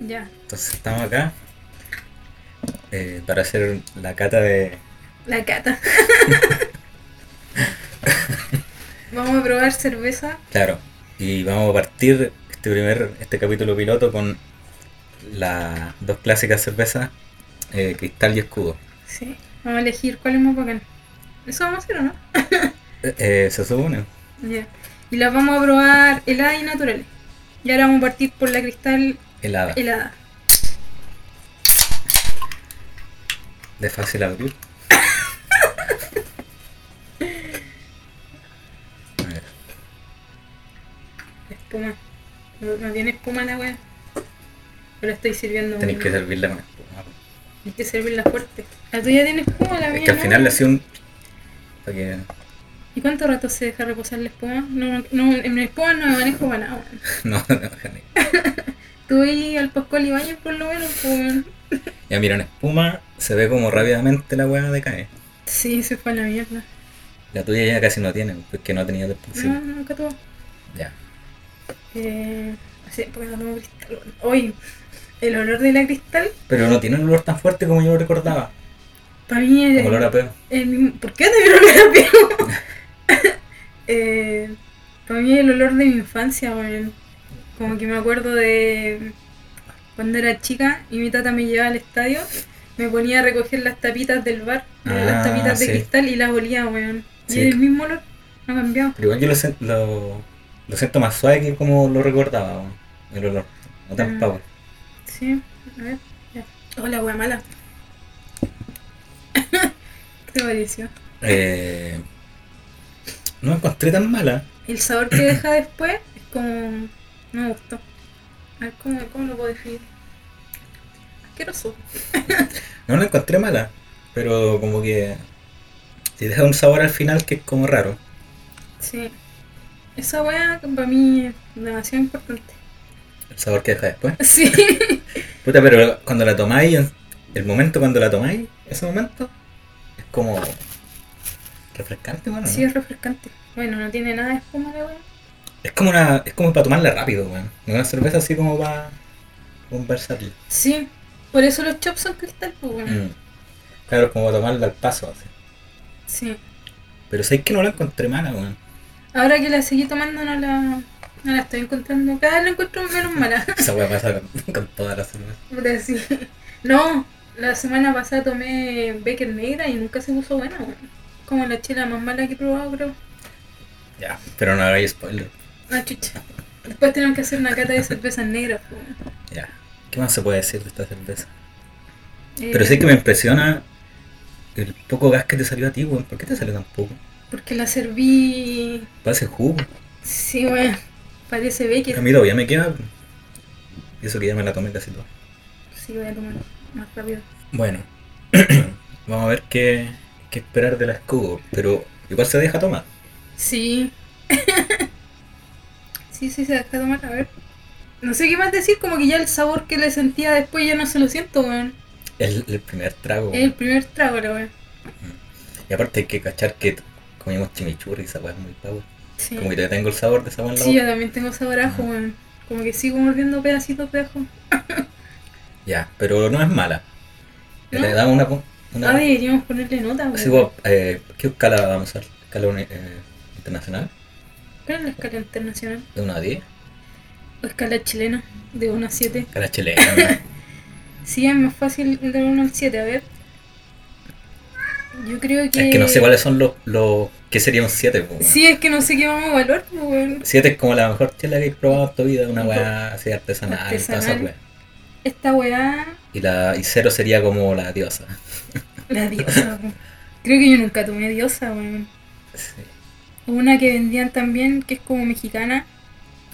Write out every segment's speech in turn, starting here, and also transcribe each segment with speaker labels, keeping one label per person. Speaker 1: Entonces estamos acá eh, para hacer la cata de...
Speaker 2: La cata. Vamos a probar cerveza.
Speaker 1: Claro. Y vamos a partir este primer, este capítulo piloto con las dos clásicas cervezas, eh, cristal y escudo.
Speaker 2: Sí. Vamos a elegir cuál es más bacán. ¿Eso vamos a hacer o no?
Speaker 1: Eh, eh, se supone.
Speaker 2: Ya. Y las vamos a probar helada y naturales. Y ahora vamos a partir por la cristal
Speaker 1: Helada.
Speaker 2: helada.
Speaker 1: De fácil abrir. A ver.
Speaker 2: Espuma. No, no tiene espuma la wea. Pero la estoy sirviendo. muy
Speaker 1: Tenéis que
Speaker 2: mal.
Speaker 1: servirla con espuma.
Speaker 2: Hay que servirla fuerte. La tuya tiene espuma, la mía.
Speaker 1: Es que al
Speaker 2: no.
Speaker 1: final le hacía un... Para que...
Speaker 2: ¿Y cuánto rato se deja reposar la espuma? No, no, en la espuma no me manejo para nada. weón.
Speaker 1: No, no, no.
Speaker 2: Tú y al Pascual Ibañez por lo menos, pues, weón.
Speaker 1: Ya mira, en espuma se ve como rápidamente la hueá decae.
Speaker 2: Sí, se fue a la mierda.
Speaker 1: La tuya ya casi no tiene, porque no ha tenido desde el
Speaker 2: No,
Speaker 1: principio.
Speaker 2: nunca tuvo.
Speaker 1: Ya.
Speaker 2: Eh, así, porque no tomo cristal. weón. Hoy, el olor de la cristal,
Speaker 1: Pero no tiene un olor tan fuerte como yo lo recordaba.
Speaker 2: para mí es.
Speaker 1: Como olor a peo.
Speaker 2: el mismo- ¿Por qué te olor a pelo? eh, para mí el olor de mi infancia, weón. Como que me acuerdo de cuando era chica y mi tata me llevaba al estadio, me ponía a recoger las tapitas del bar, eh,
Speaker 1: Ah,
Speaker 2: las tapitas
Speaker 1: sí.
Speaker 2: de cristal y las olía, weón.
Speaker 1: Sí.
Speaker 2: Y el mismo olor, no ha cambiado.
Speaker 1: Pero igual yo lo, sen- lo, lo siento más suave que como lo recordaba, weón, el olor. No tan
Speaker 2: Ah.
Speaker 1: power.
Speaker 2: Sí, a ver. Ya. Hola, wea mala. ¿Qué te pareció?
Speaker 1: Eh, no la encontré tan mala.
Speaker 2: El sabor que deja después es como. No me gustó. A ver, ¿cómo, cómo lo puedo definir? Asqueroso.
Speaker 1: No la encontré mala, pero como que te deja un sabor al final que es como raro.
Speaker 2: Sí. Esa wea para mí es demasiado importante.
Speaker 1: El sabor que deja después.
Speaker 2: Sí.
Speaker 1: Puta, pero cuando la tomáis, en- el momento cuando la tomáis, ese momento, es como refrescante, bueno.
Speaker 2: Sí, es refrescante. Bueno, no tiene nada de espuma la wea.
Speaker 1: Es como una. es como para tomarla rápido, weón. No es una cerveza así como para conversarla.
Speaker 2: Sí. Por eso los chops son cristal, pues weón.
Speaker 1: Mm. Claro, es como para tomarla al paso así.
Speaker 2: Sí.
Speaker 1: Pero sabéis que no la encontré mala, weón.
Speaker 2: Ahora que la seguí tomando no la. No la estoy encontrando. Cada vez la encuentro menos mala.
Speaker 1: Esa weá pasa con, con todas las cervezas.
Speaker 2: Puta, sí. No, la semana pasada tomé Becker Negra y nunca se puso buena, weón. Como la chela más mala que he probado, creo.
Speaker 1: Ya, pero no hagáis spoiler.
Speaker 2: Ah, chucha. Después tenemos que hacer una cata de cervezas negras, weón.
Speaker 1: Ya. ¿Qué más se puede decir de esta cerveza?
Speaker 2: Eh,
Speaker 1: Pero sí que me impresiona el poco gas que te salió a ti, weón. ¿Por qué te salió tan poco?
Speaker 2: Porque la serví.
Speaker 1: Parece jugo.
Speaker 2: Sí, weón. Parece
Speaker 1: A
Speaker 2: Becker.
Speaker 1: mí todavía me queda. Y eso que ya me la tomé casi toda.
Speaker 2: Sí, voy a tomar más rápido.
Speaker 1: Bueno, vamos a ver qué, qué esperar de la escudo. Pero igual se deja tomar.
Speaker 2: Sí. sí, sí, se deja tomar. A ver. No sé qué más decir, como que ya el sabor que le sentía después ya no se lo siento, weón.
Speaker 1: El, el primer trago.
Speaker 2: Es el primer trago, la weón.
Speaker 1: Y aparte hay que cachar que t- comimos chimichurri y esa weá es muy power.
Speaker 2: Sí.
Speaker 1: Como que todavía tengo el sabor de esa weá en la
Speaker 2: Sí,
Speaker 1: boca.
Speaker 2: yo también tengo sabor a ajo, weón. Como que sigo mordiendo pedacitos de ajo.
Speaker 1: Ya, pero no es mala.
Speaker 2: ¿No?
Speaker 1: Le damos una. po- una
Speaker 2: Ah, deberíamos ponerle nota, weón.
Speaker 1: Así como, eh, ¿Qué escala vamos a usar? ¿Escala uni- eh, internacional?
Speaker 2: ¿Cuál es la escala internacional?
Speaker 1: ¿De 1 a 10?
Speaker 2: ¿O escala chilena? De 1 a 7.
Speaker 1: Escala chilena.
Speaker 2: Sí, es más fácil de 1 al 7, a ver. Yo creo que...
Speaker 1: es que no sé cuáles son los. los ¿Qué sería un 7?
Speaker 2: Sí, es que no sé qué vamos a evaluar, pues, weón.
Speaker 1: 7 es como la mejor chela que he probado en tu vida, una weá así artesanal, y toda esa
Speaker 2: Artesanal.
Speaker 1: weá.
Speaker 2: Esta weá...
Speaker 1: Y la y cero sería como la diosa.
Speaker 2: La diosa, weón. Creo que yo nunca tomé diosa, weón.
Speaker 1: Sí.
Speaker 2: Una que vendían también, que es como mexicana.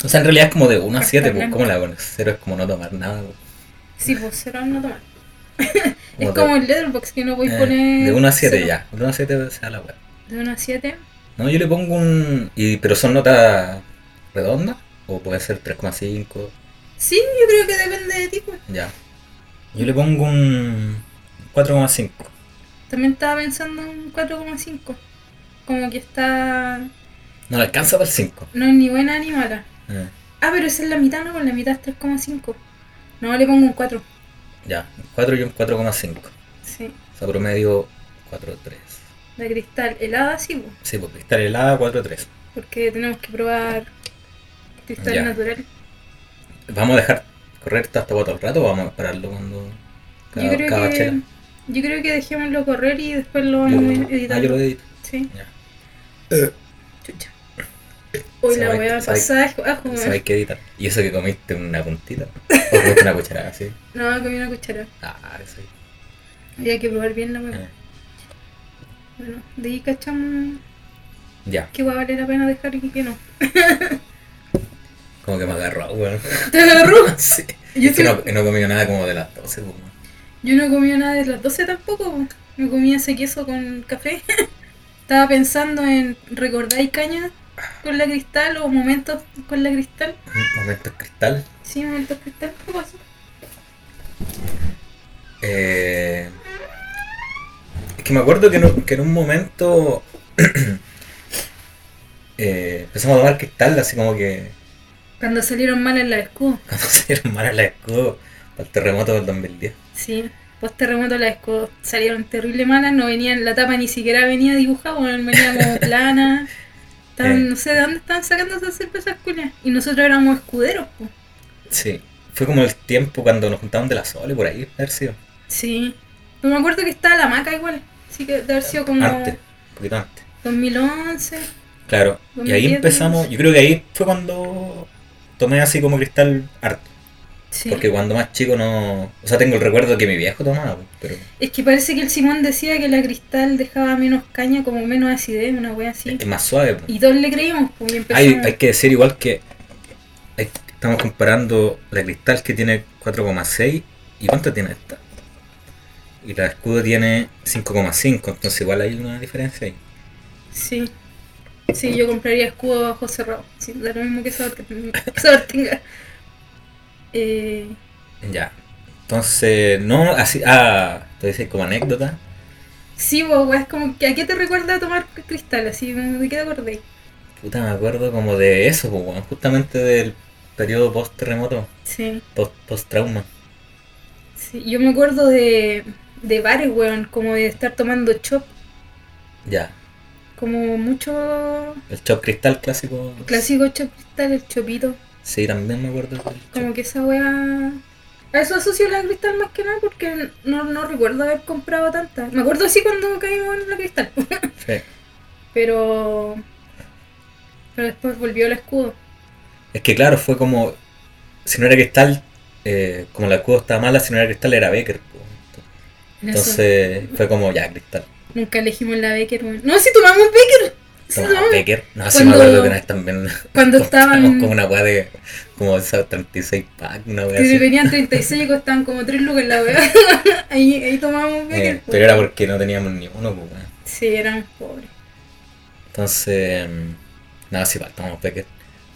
Speaker 1: O sea, en realidad es como de 1 a
Speaker 2: Carta
Speaker 1: 7, pues,
Speaker 2: blanca.
Speaker 1: como la bueno, cero es como no tomar nada. pues.
Speaker 2: Sí, pues, cero al no tomar.
Speaker 1: Como
Speaker 2: Es
Speaker 1: de-
Speaker 2: como el letterbox que no voy
Speaker 1: eh,
Speaker 2: a poner...
Speaker 1: de 1 a 7
Speaker 2: cero.
Speaker 1: ya, de 1 a 7 sea la weá.
Speaker 2: De 1 a 7.
Speaker 1: No, yo le pongo un. Y, pero son notas redondas, o puede ser 3,5,
Speaker 2: Sí, yo creo que depende de ti. pues.
Speaker 1: ya. Yo le pongo un 4,5.
Speaker 2: También estaba pensando en 4,5. Como que está...
Speaker 1: No le alcanza para el eh, 5.
Speaker 2: No es ni Pues buena ni mala. Ah, pero esa es la mitad, ¿no? Con la mitad es 3,5. No, le pongo un 4.
Speaker 1: Ya, 4 y un 4,5.
Speaker 2: Sí.
Speaker 1: O sea, promedio 4,3.
Speaker 2: La cristal helada sí, po,
Speaker 1: Sí, pues cristal helada 4,3.
Speaker 2: porque tenemos que probar cristal
Speaker 1: Ya.
Speaker 2: natural.
Speaker 1: ¿Vamos a dejar correr esta agua todo el rato o vamos a pararlo cuando cada,
Speaker 2: yo creo
Speaker 1: cada
Speaker 2: que
Speaker 1: chela?
Speaker 2: yo creo que dejémoslo correr y después lo
Speaker 1: Yo-
Speaker 2: vamos a editar.
Speaker 1: ah, yo lo edito.
Speaker 2: Sí,
Speaker 1: Ya.
Speaker 2: chucha. Hoy la
Speaker 1: Sabe-
Speaker 2: voy a
Speaker 1: sabe-
Speaker 2: pasar a
Speaker 1: O
Speaker 2: jugar.
Speaker 1: sea, hay que editar. ¿Y eso que comiste una puntita? ¿O comiste una cucharada así?
Speaker 2: No, comí una cuchara.
Speaker 1: Ah, eso ahí.
Speaker 2: Había que probar bien la hueá.
Speaker 1: Eh,
Speaker 2: Bueno, de ahí cachamos
Speaker 1: Ya,
Speaker 2: que hueá vale la pena dejar y que no.
Speaker 1: como que me agarró, weón.
Speaker 2: ¿Te agarró?
Speaker 1: Sí.
Speaker 2: Yo
Speaker 1: Es que
Speaker 2: sí-
Speaker 1: no, no he comido nada como de las 12, pues, weón.
Speaker 2: Yo no comí nada de las 12 tampoco. po. Me comí ese queso con café. Estaba pensando en recordáis cañas con la cristal o momentos con la cristal.
Speaker 1: Momentos cristal.
Speaker 2: Sí, momentos cristal. ¿Qué pasó?
Speaker 1: Eh, es que me acuerdo que, no- que en un momento eh, empezamos a tomar cristal, así como que
Speaker 2: Cuando salieron mal en la escudo.
Speaker 1: cuando se dieron mal al escudo para el terremoto del 2010.
Speaker 2: Sí, post terremoto la escudo salieron terrible malas. No venían, la tapa ni siquiera venía dibujada, bueno, venía como plana. Estaban-
Speaker 1: Eh.
Speaker 2: No sé de dónde estaban sacando esas cervezas culias. Y nosotros éramos escuderos, po.
Speaker 1: Sí, fue como el tiempo cuando nos juntaron de la Sole por ahí, haber sido.
Speaker 2: Sí. Pero me acuerdo que estaba la maca igual. Así que debe haber sido como
Speaker 1: Antes, un poquito antes.
Speaker 2: 2011.
Speaker 1: Claro, y ahí
Speaker 2: 2010,
Speaker 1: empezamos, yo creo que ahí fue cuando tomé así como cristal harto.
Speaker 2: Sí.
Speaker 1: Porque cuando más chico no... O sea, tengo el recuerdo que mi viejo tomaba, pues, pero
Speaker 2: Es que parece que el Simón decía que la cristal dejaba menos caña, como menos acidez, una wea así.
Speaker 1: es más suave. pues.
Speaker 2: Y todos le creímos, pues, y empezamos.
Speaker 1: Hay, hay que decir igual que hay- estamos comparando la cristal que tiene 4,6 y cuánto tiene esta. Y la escudo tiene 5,5, entonces igual hay una diferencia ahí.
Speaker 2: Sí. Sí, yo compraría escudo bajo cerrado. Sí, da lo mismo que sabor, que sabor tenga. Eh,
Speaker 1: Ya. Entonces, no, así, ah, te dices como anécdota.
Speaker 2: sí, vos, wea, es como que a qué te recuerda tomar cristal, así, como de qué te acordé.
Speaker 1: Puta, me acuerdo como de eso, pues, weón, justamente del periodo post-terremoto,
Speaker 2: Sí.
Speaker 1: post- post-trauma.
Speaker 2: sí. Yo me acuerdo de, de bares, weón, como de estar tomando chop,
Speaker 1: ya.
Speaker 2: como mucho
Speaker 1: El chop cristal clásico.
Speaker 2: clásico chop cristal, el chopito.
Speaker 1: Sí, también me acuerdo del chop.
Speaker 2: Como que esa wea. A eso asocio la cristal más que nada porque no, no recuerdo haber comprado tanta. Me acuerdo así cuando caímos en la cristal.
Speaker 1: Sí.
Speaker 2: Pero. Pero después volvió el escudo.
Speaker 1: Es que claro, fue como. Si no era cristal, eh, como la escudo estaba mala, si no era cristal era Becker. po.
Speaker 2: En eso.
Speaker 1: Entonces fue como ya cristal.
Speaker 2: Nunca elegimos la Becker. weón. No, si tomamos Becker. Sí,
Speaker 1: Toma,
Speaker 2: tomamos-
Speaker 1: Becker. No, sí me
Speaker 2: Cuando-
Speaker 1: acuerdo que una vez también
Speaker 2: Cuando
Speaker 1: compramos como
Speaker 2: estaban.
Speaker 1: una weá de como esas 36 pack, una weá
Speaker 2: Que
Speaker 1: así. Eh,
Speaker 2: venían 36 y costaban como 3 lucas la wea. ahí, ahí tomamos
Speaker 1: Eh,
Speaker 2: Becker.
Speaker 1: pero era porque no teníamos ni uno, pues weón.
Speaker 2: Sí, éramos pobres.
Speaker 1: Entonces, mm, nada, sí faltamos Becker.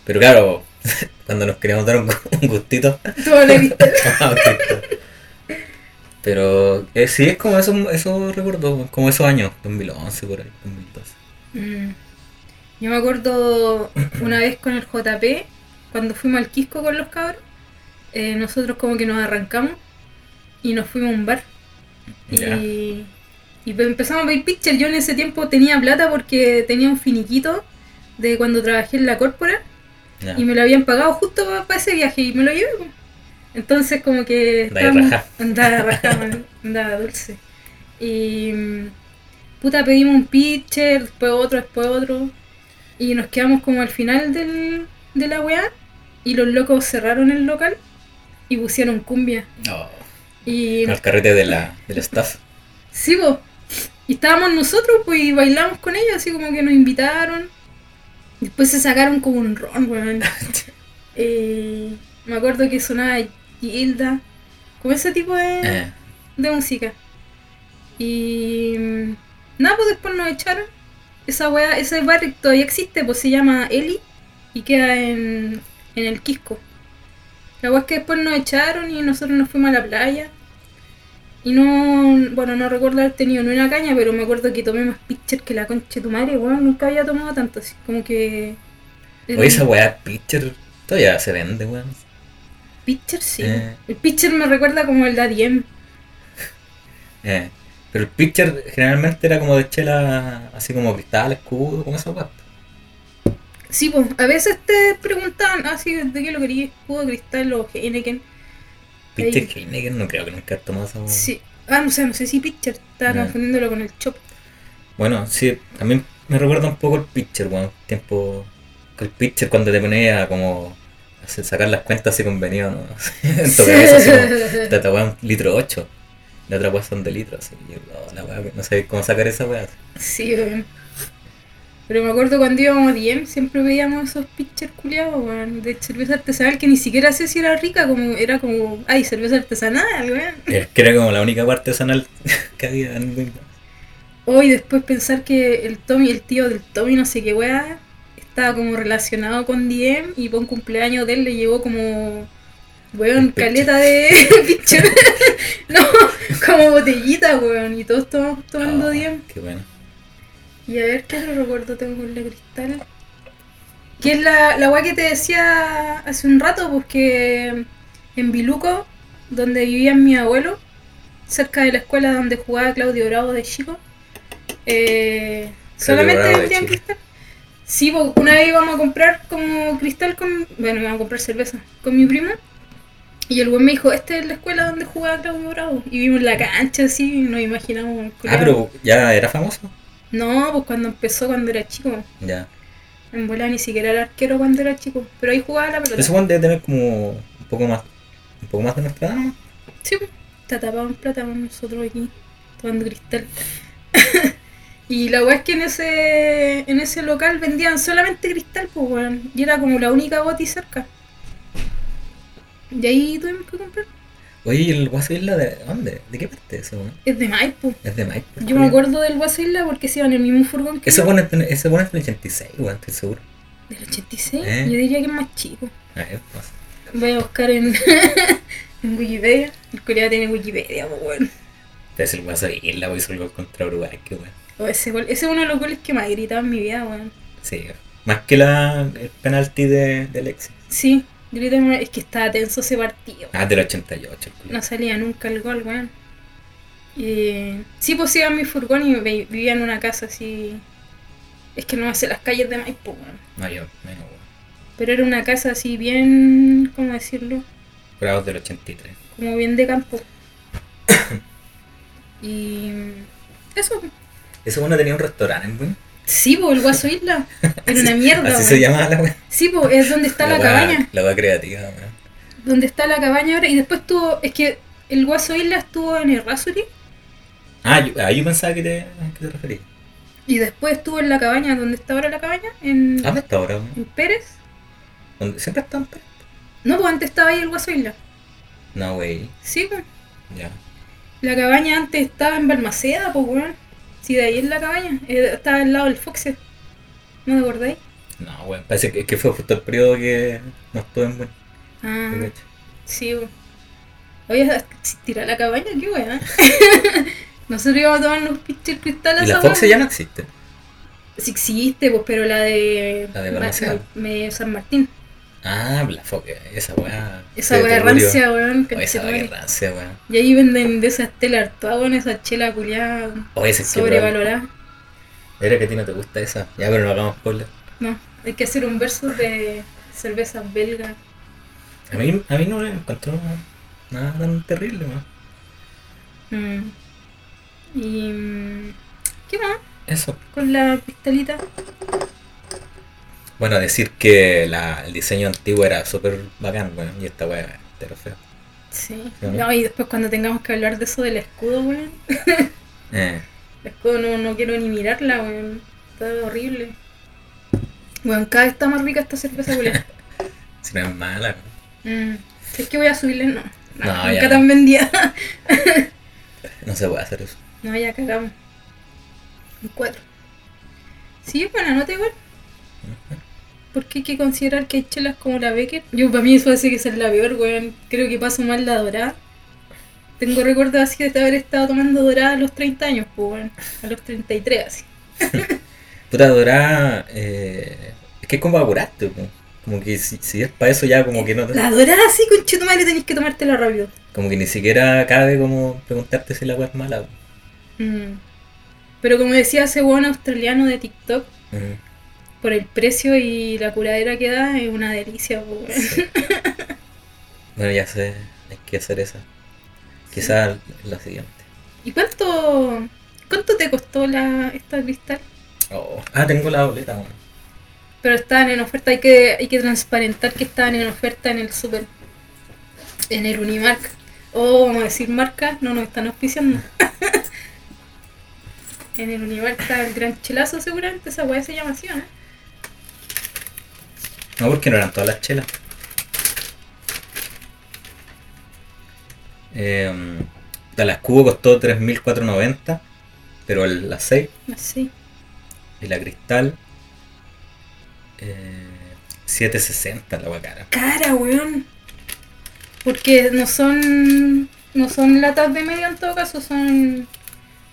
Speaker 1: Pero claro, cuando nos queríamos dar un, gu- un gustito,
Speaker 2: Todo la cristal.
Speaker 1: tomábamos cristal. Pero eh, sí, es como esos eso recuerdos, como esos años, 2011 por ahí, 2012.
Speaker 2: Mm. Yo me acuerdo una vez con el JP, cuando fuimos al Quisco con los cabros, eh, nosotros como que nos arrancamos y nos fuimos a un bar.
Speaker 1: Ya.
Speaker 2: Y, y pe- empezamos a pedir picture. Yo en ese tiempo tenía plata porque tenía un finiquito de cuando trabajé en la corpora
Speaker 1: Ya.
Speaker 2: y me lo habían pagado justo para ese viaje y me lo llevé. po. Entonces como que
Speaker 1: Andai
Speaker 2: estábamos-
Speaker 1: rajá.
Speaker 2: andaba rajá, man, andaba dulce. Y mm, puta pedimos un pitcher, después otro, después otro. Y nos quedamos como al final del, de la weá. Y los locos cerraron el local y pusieron cumbia.
Speaker 1: No.
Speaker 2: Y
Speaker 1: Al carrete de la, del staff.
Speaker 2: Sí, po. Y estábamos nosotros, pues, y bailamos con ellos, así como que nos invitaron. Después se sacaron como un ron, weón. Eh, me acuerdo que sonaba Gilda, como ese tipo de,
Speaker 1: Eh,
Speaker 2: de música. Y. mm, Nada, pues después nos echaron. Esa weá, ese bar todavía existe, pues se llama Eli y queda en, en el Quisco. La weá es que después nos echaron y nosotros nos fuimos a la playa. Y no, bueno, no recuerdo haber tenido ni una caña, pero me acuerdo que tomé más pitcher que la concha de tu madre, weón. Nunca había tomado tanto, así como que.
Speaker 1: Oye, esa weá pitcher todavía se vende, weón.
Speaker 2: pitcher sí.
Speaker 1: Eh.
Speaker 2: El pitcher me recuerda como el Daddy M.
Speaker 1: Eh, pero el pitcher generalmente era como de chela, así como cristal, escudo, como esa weá.
Speaker 2: Sí, pues a veces te preguntan, ah, sí, ¿de qué lo querías? ¿Escudo, cristal o Heineken?
Speaker 1: Mm. Pitcher
Speaker 2: Ahí.
Speaker 1: Heineken no creo que nunca haya tomado esa weá.
Speaker 2: Sí. Ah, no sé, no sé si pitcher, estaba
Speaker 1: Ya.
Speaker 2: confundiéndolo con el chop.
Speaker 1: Bueno, sí, también me recuerda un poco el pitcher, weón. Tiempo. que El pitcher cuando te ponía a como. hacer- sacar las cuentas así convenido, ¿no? en tu cabeza, así como, te atacaban un litro 8. La otra weá son de litro, así. y yo, no, la weá, no sé cómo sacar esa weá.
Speaker 2: Sí, weón. Pero me acuerdo cuando íbamos a DM, siempre veíamos esos pitchers culiados, weón, de cerveza artesanal, que ni siquiera sé si era rica, como era como, ay, cerveza artesanal, weón.
Speaker 1: Eh, Que era como la única parte artesanal que había en Windows.
Speaker 2: Hoy después pensar que el Tommy, el tío del Tommy, no sé qué weá, estaba como relacionado con DM y por un cumpleaños de él le llevó como,
Speaker 1: Un
Speaker 2: weón,
Speaker 1: pitcher.
Speaker 2: caleta de pitcher. no, como botellita, weón, y todos tomamos tomando
Speaker 1: Ah,
Speaker 2: DM.
Speaker 1: Qué bueno.
Speaker 2: Y a ver, ¿qué otro recuerdo tengo con la cristal? Que es la, la weá que te decía hace un rato, pues que en Biluco, donde vivían mi abuelo, cerca de la escuela donde jugaba Claudio Bravo de chico, eh, solamente
Speaker 1: Bravo de
Speaker 2: vendían
Speaker 1: chico.
Speaker 2: cristal. Sí, pues, una vez íbamos a comprar como cristal con. Bueno, íbamos a comprar cerveza con mi prima. Y el weón me dijo: Esta es la escuela donde jugaba Claudio Bravo. Y vimos la cancha así y nos imaginamos. el
Speaker 1: Ah,
Speaker 2: culiao.
Speaker 1: pero ya era famoso.
Speaker 2: No, pues cuando empezó, cuando era chico.
Speaker 1: Ya.
Speaker 2: En bola ni siquiera era arquero cuando era chico. Pero ahí jugaba la pelota.
Speaker 1: Ese Juan debe tener como un poco más, un poco más de nuestra edad, ¿no?
Speaker 2: Sí, pues, está tapado en plata con nosotros aquí, tomando cristal. y la weá es que en ese, en ese local vendían solamente cristal, pues weón. Y era como la única boti cerca. Y ahí tuvimos que comprar.
Speaker 1: Oye, ¿y el Guaso Isla de dónde? ¿De qué parte es ese Juan?
Speaker 2: Es de Maipo.
Speaker 1: Es de Maipo.
Speaker 2: Yo me acuerdo del Guaso Isla porque se iban en el mismo furgón que
Speaker 1: Ese
Speaker 2: yo.
Speaker 1: Juan es, del- ese Juan es del 86, Juan, estoy seguro.
Speaker 2: Del 86.
Speaker 1: ¿Eh?
Speaker 2: Yo diría que es más chico.
Speaker 1: A ver, pues.
Speaker 2: Voy a buscar en, en Wikipedia. El coreano tiene Wikipedia, pues weón.
Speaker 1: Es el Guaso Isla, voy solo contra Uruguay, qué bueno.
Speaker 2: O ese, gol- ese es uno de los goles que más he gritado en mi vida, weón.
Speaker 1: Sí, más que la, el penalti de, de Alexis.
Speaker 2: Sí, yo le tengo- es que estaba tenso ese partido.
Speaker 1: Ah, del 88, el culo.
Speaker 2: No salía nunca el gol, weón. Eh, sí, pues iba en mi furgón y vi- vivía en una casa así. Es que no hace las calles de Maipo, weón.
Speaker 1: No, yo, menos, Juan.
Speaker 2: Pero era una casa así bien. ¿Cómo decirlo?
Speaker 1: Grados del 83.
Speaker 2: Como bien de campo. y. Eso.
Speaker 1: Ese Juan no tenía un restaurante, en Buin.
Speaker 2: Sí, pues el Guaso Isla. Era una
Speaker 1: Así-
Speaker 2: mierda,
Speaker 1: Así
Speaker 2: weón.
Speaker 1: se llamaba la wea.
Speaker 2: Sí, pues es donde está la
Speaker 1: wea-
Speaker 2: cabaña.
Speaker 1: La wea creativa, weón.
Speaker 2: donde está la cabaña ahora. Y después estuvo, es que el Guaso Isla estuvo en el Rasuri
Speaker 1: Ah, yo, ah, yo pensaba que te, que te referías.
Speaker 2: y después estuvo en la cabaña donde está ahora la cabaña, en,
Speaker 1: ¿Dónde está ahora, weón?
Speaker 2: en Pérez.
Speaker 1: ¿Dónde- ¿Siempre está en Perú?
Speaker 2: No, pues antes estaba ahí el Guaso Isla.
Speaker 1: No, wey.
Speaker 2: Sí, pues.
Speaker 1: Ya.
Speaker 2: La cabaña antes estaba en Balmaceda, pues weón. Sí, de ahí es la cabaña. Eh, estaba al lado del Foxe. ¿No te acordáis?
Speaker 1: No, weón. Parece que, que fue justo el periodo que no estuve en buen.
Speaker 2: Ah,
Speaker 1: de hecho.
Speaker 2: sí, pues. Oye, tirar la cabaña, qué weón. Nosotros íbamos a tomar unos pinches cristales.
Speaker 1: Y la Fox ya no existe.
Speaker 2: Sí existe, pues, pero la de...
Speaker 1: La de Balmaceda.
Speaker 2: Me- San Martín.
Speaker 1: Ah, la Fox, esa weá.
Speaker 2: Esa
Speaker 1: de
Speaker 2: weá
Speaker 1: tugurio.
Speaker 2: rancia, weón,
Speaker 1: Oye, Oh, Esa
Speaker 2: conchetumare.
Speaker 1: weá rancia, weón.
Speaker 2: Y ahí venden de esas telas todas weón, esa chela culiada
Speaker 1: Oye, Oh, ese es que probable.
Speaker 2: sobrevalorada.
Speaker 1: Era que a ti no te gusta esa. Ya, pero no hagamos spoiler.
Speaker 2: No, hay que hacer un verso de cervezas belgas.
Speaker 1: A mí, a mí no me encontró nada tan terrible, weón.
Speaker 2: Mm. Y. mm, ¿Qué más?
Speaker 1: Eso.
Speaker 2: Con la pistolita.
Speaker 1: Bueno, decir que la, el diseño antiguo era súper bacán, weón. Y esta weá era feo.
Speaker 2: Sí.
Speaker 1: Claro.
Speaker 2: No, y después cuando tengamos que hablar de eso del escudo, weón.
Speaker 1: Eh,
Speaker 2: El escudo no, no quiero ni mirarla, weón. Está horrible. Weón, cada vez está más rica esta cerveza culiada.
Speaker 1: si no es mala, weón.
Speaker 2: Mm. Es que voy a subirle, no.
Speaker 1: No,
Speaker 2: nunca
Speaker 1: ya
Speaker 2: tan vendida.
Speaker 1: no se puede hacer eso.
Speaker 2: No, ya cagamos. Un 4. Sí, es buena nota igual. Porque hay que considerar que hay chelas como la Becker. Yo, para mí, eso hace que esa es la peor, weón. Creo que paso mal la dorada. Tengo recuerdos así de haber estado tomando dorada a los 30 años, pues, weón. A los 33, así.
Speaker 1: Puta dorada, eh, es que es como apuraste, po. Como que si, si es para eso ya como que no te-
Speaker 2: La dorada así, conchetumare, tenés que tomártela rápido.
Speaker 1: como que ni siquiera cabe como preguntarte si la agua es mala.
Speaker 2: Mm. Pero como decía ese weón australiano de TikTok,
Speaker 1: Mm.
Speaker 2: por el precio y la curadera que da, es una delicia, po, weón.
Speaker 1: Bueno, ya sé, hay que hacer esa. Quizás la siguiente.
Speaker 2: ¿Y cuánto, cuánto te costó la, esta cristal?
Speaker 1: Oh. Ah, tengo la boleta. bueno.
Speaker 2: Pero estaban en oferta, hay que, hay que transparentar que estaban en oferta en el super, en el Unimark. O vamos a decir marca, no nos están auspiciando. en el Unimark está el gran chelazo seguramente, esa weá se llama así, ¿o ¿no?
Speaker 1: No, porque no eran todas las chelas. Eh, la escudo costó 3.490, pero el- la 6
Speaker 2: Así.
Speaker 1: y la cristal eh, 7.60 la guacara.
Speaker 2: Cara, weón. Porque no son. no son latas de medio en todo caso, son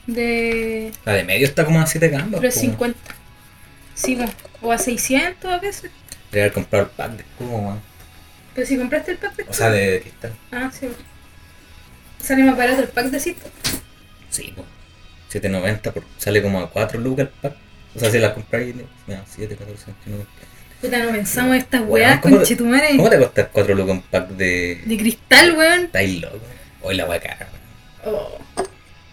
Speaker 2: de
Speaker 1: La de medio está como a 7 gambas. po, weón.
Speaker 2: 350. Sí, po. o a 600 a veces.
Speaker 1: Podría haber comprado el pack de escudo, weón.
Speaker 2: Pero si compraste el pack de
Speaker 1: O sea, de cristal.
Speaker 2: Ah, sí. po. Sale más barato el pack de cita.
Speaker 1: Sí, pues. 7.90 por- sale como a 4 lucas el pack. O sea, si la compráis, no, 7, 14, 21.
Speaker 2: Puta, no pensamos estas
Speaker 1: Weón,
Speaker 2: weas,
Speaker 1: ¿cómo te-
Speaker 2: conchetumare.
Speaker 1: ¿Cómo te cuesta 4 lucas un pack de,
Speaker 2: De cristal, weón.
Speaker 1: Estáis loco. Hoy la guacara, weón. Pues
Speaker 2: Oh,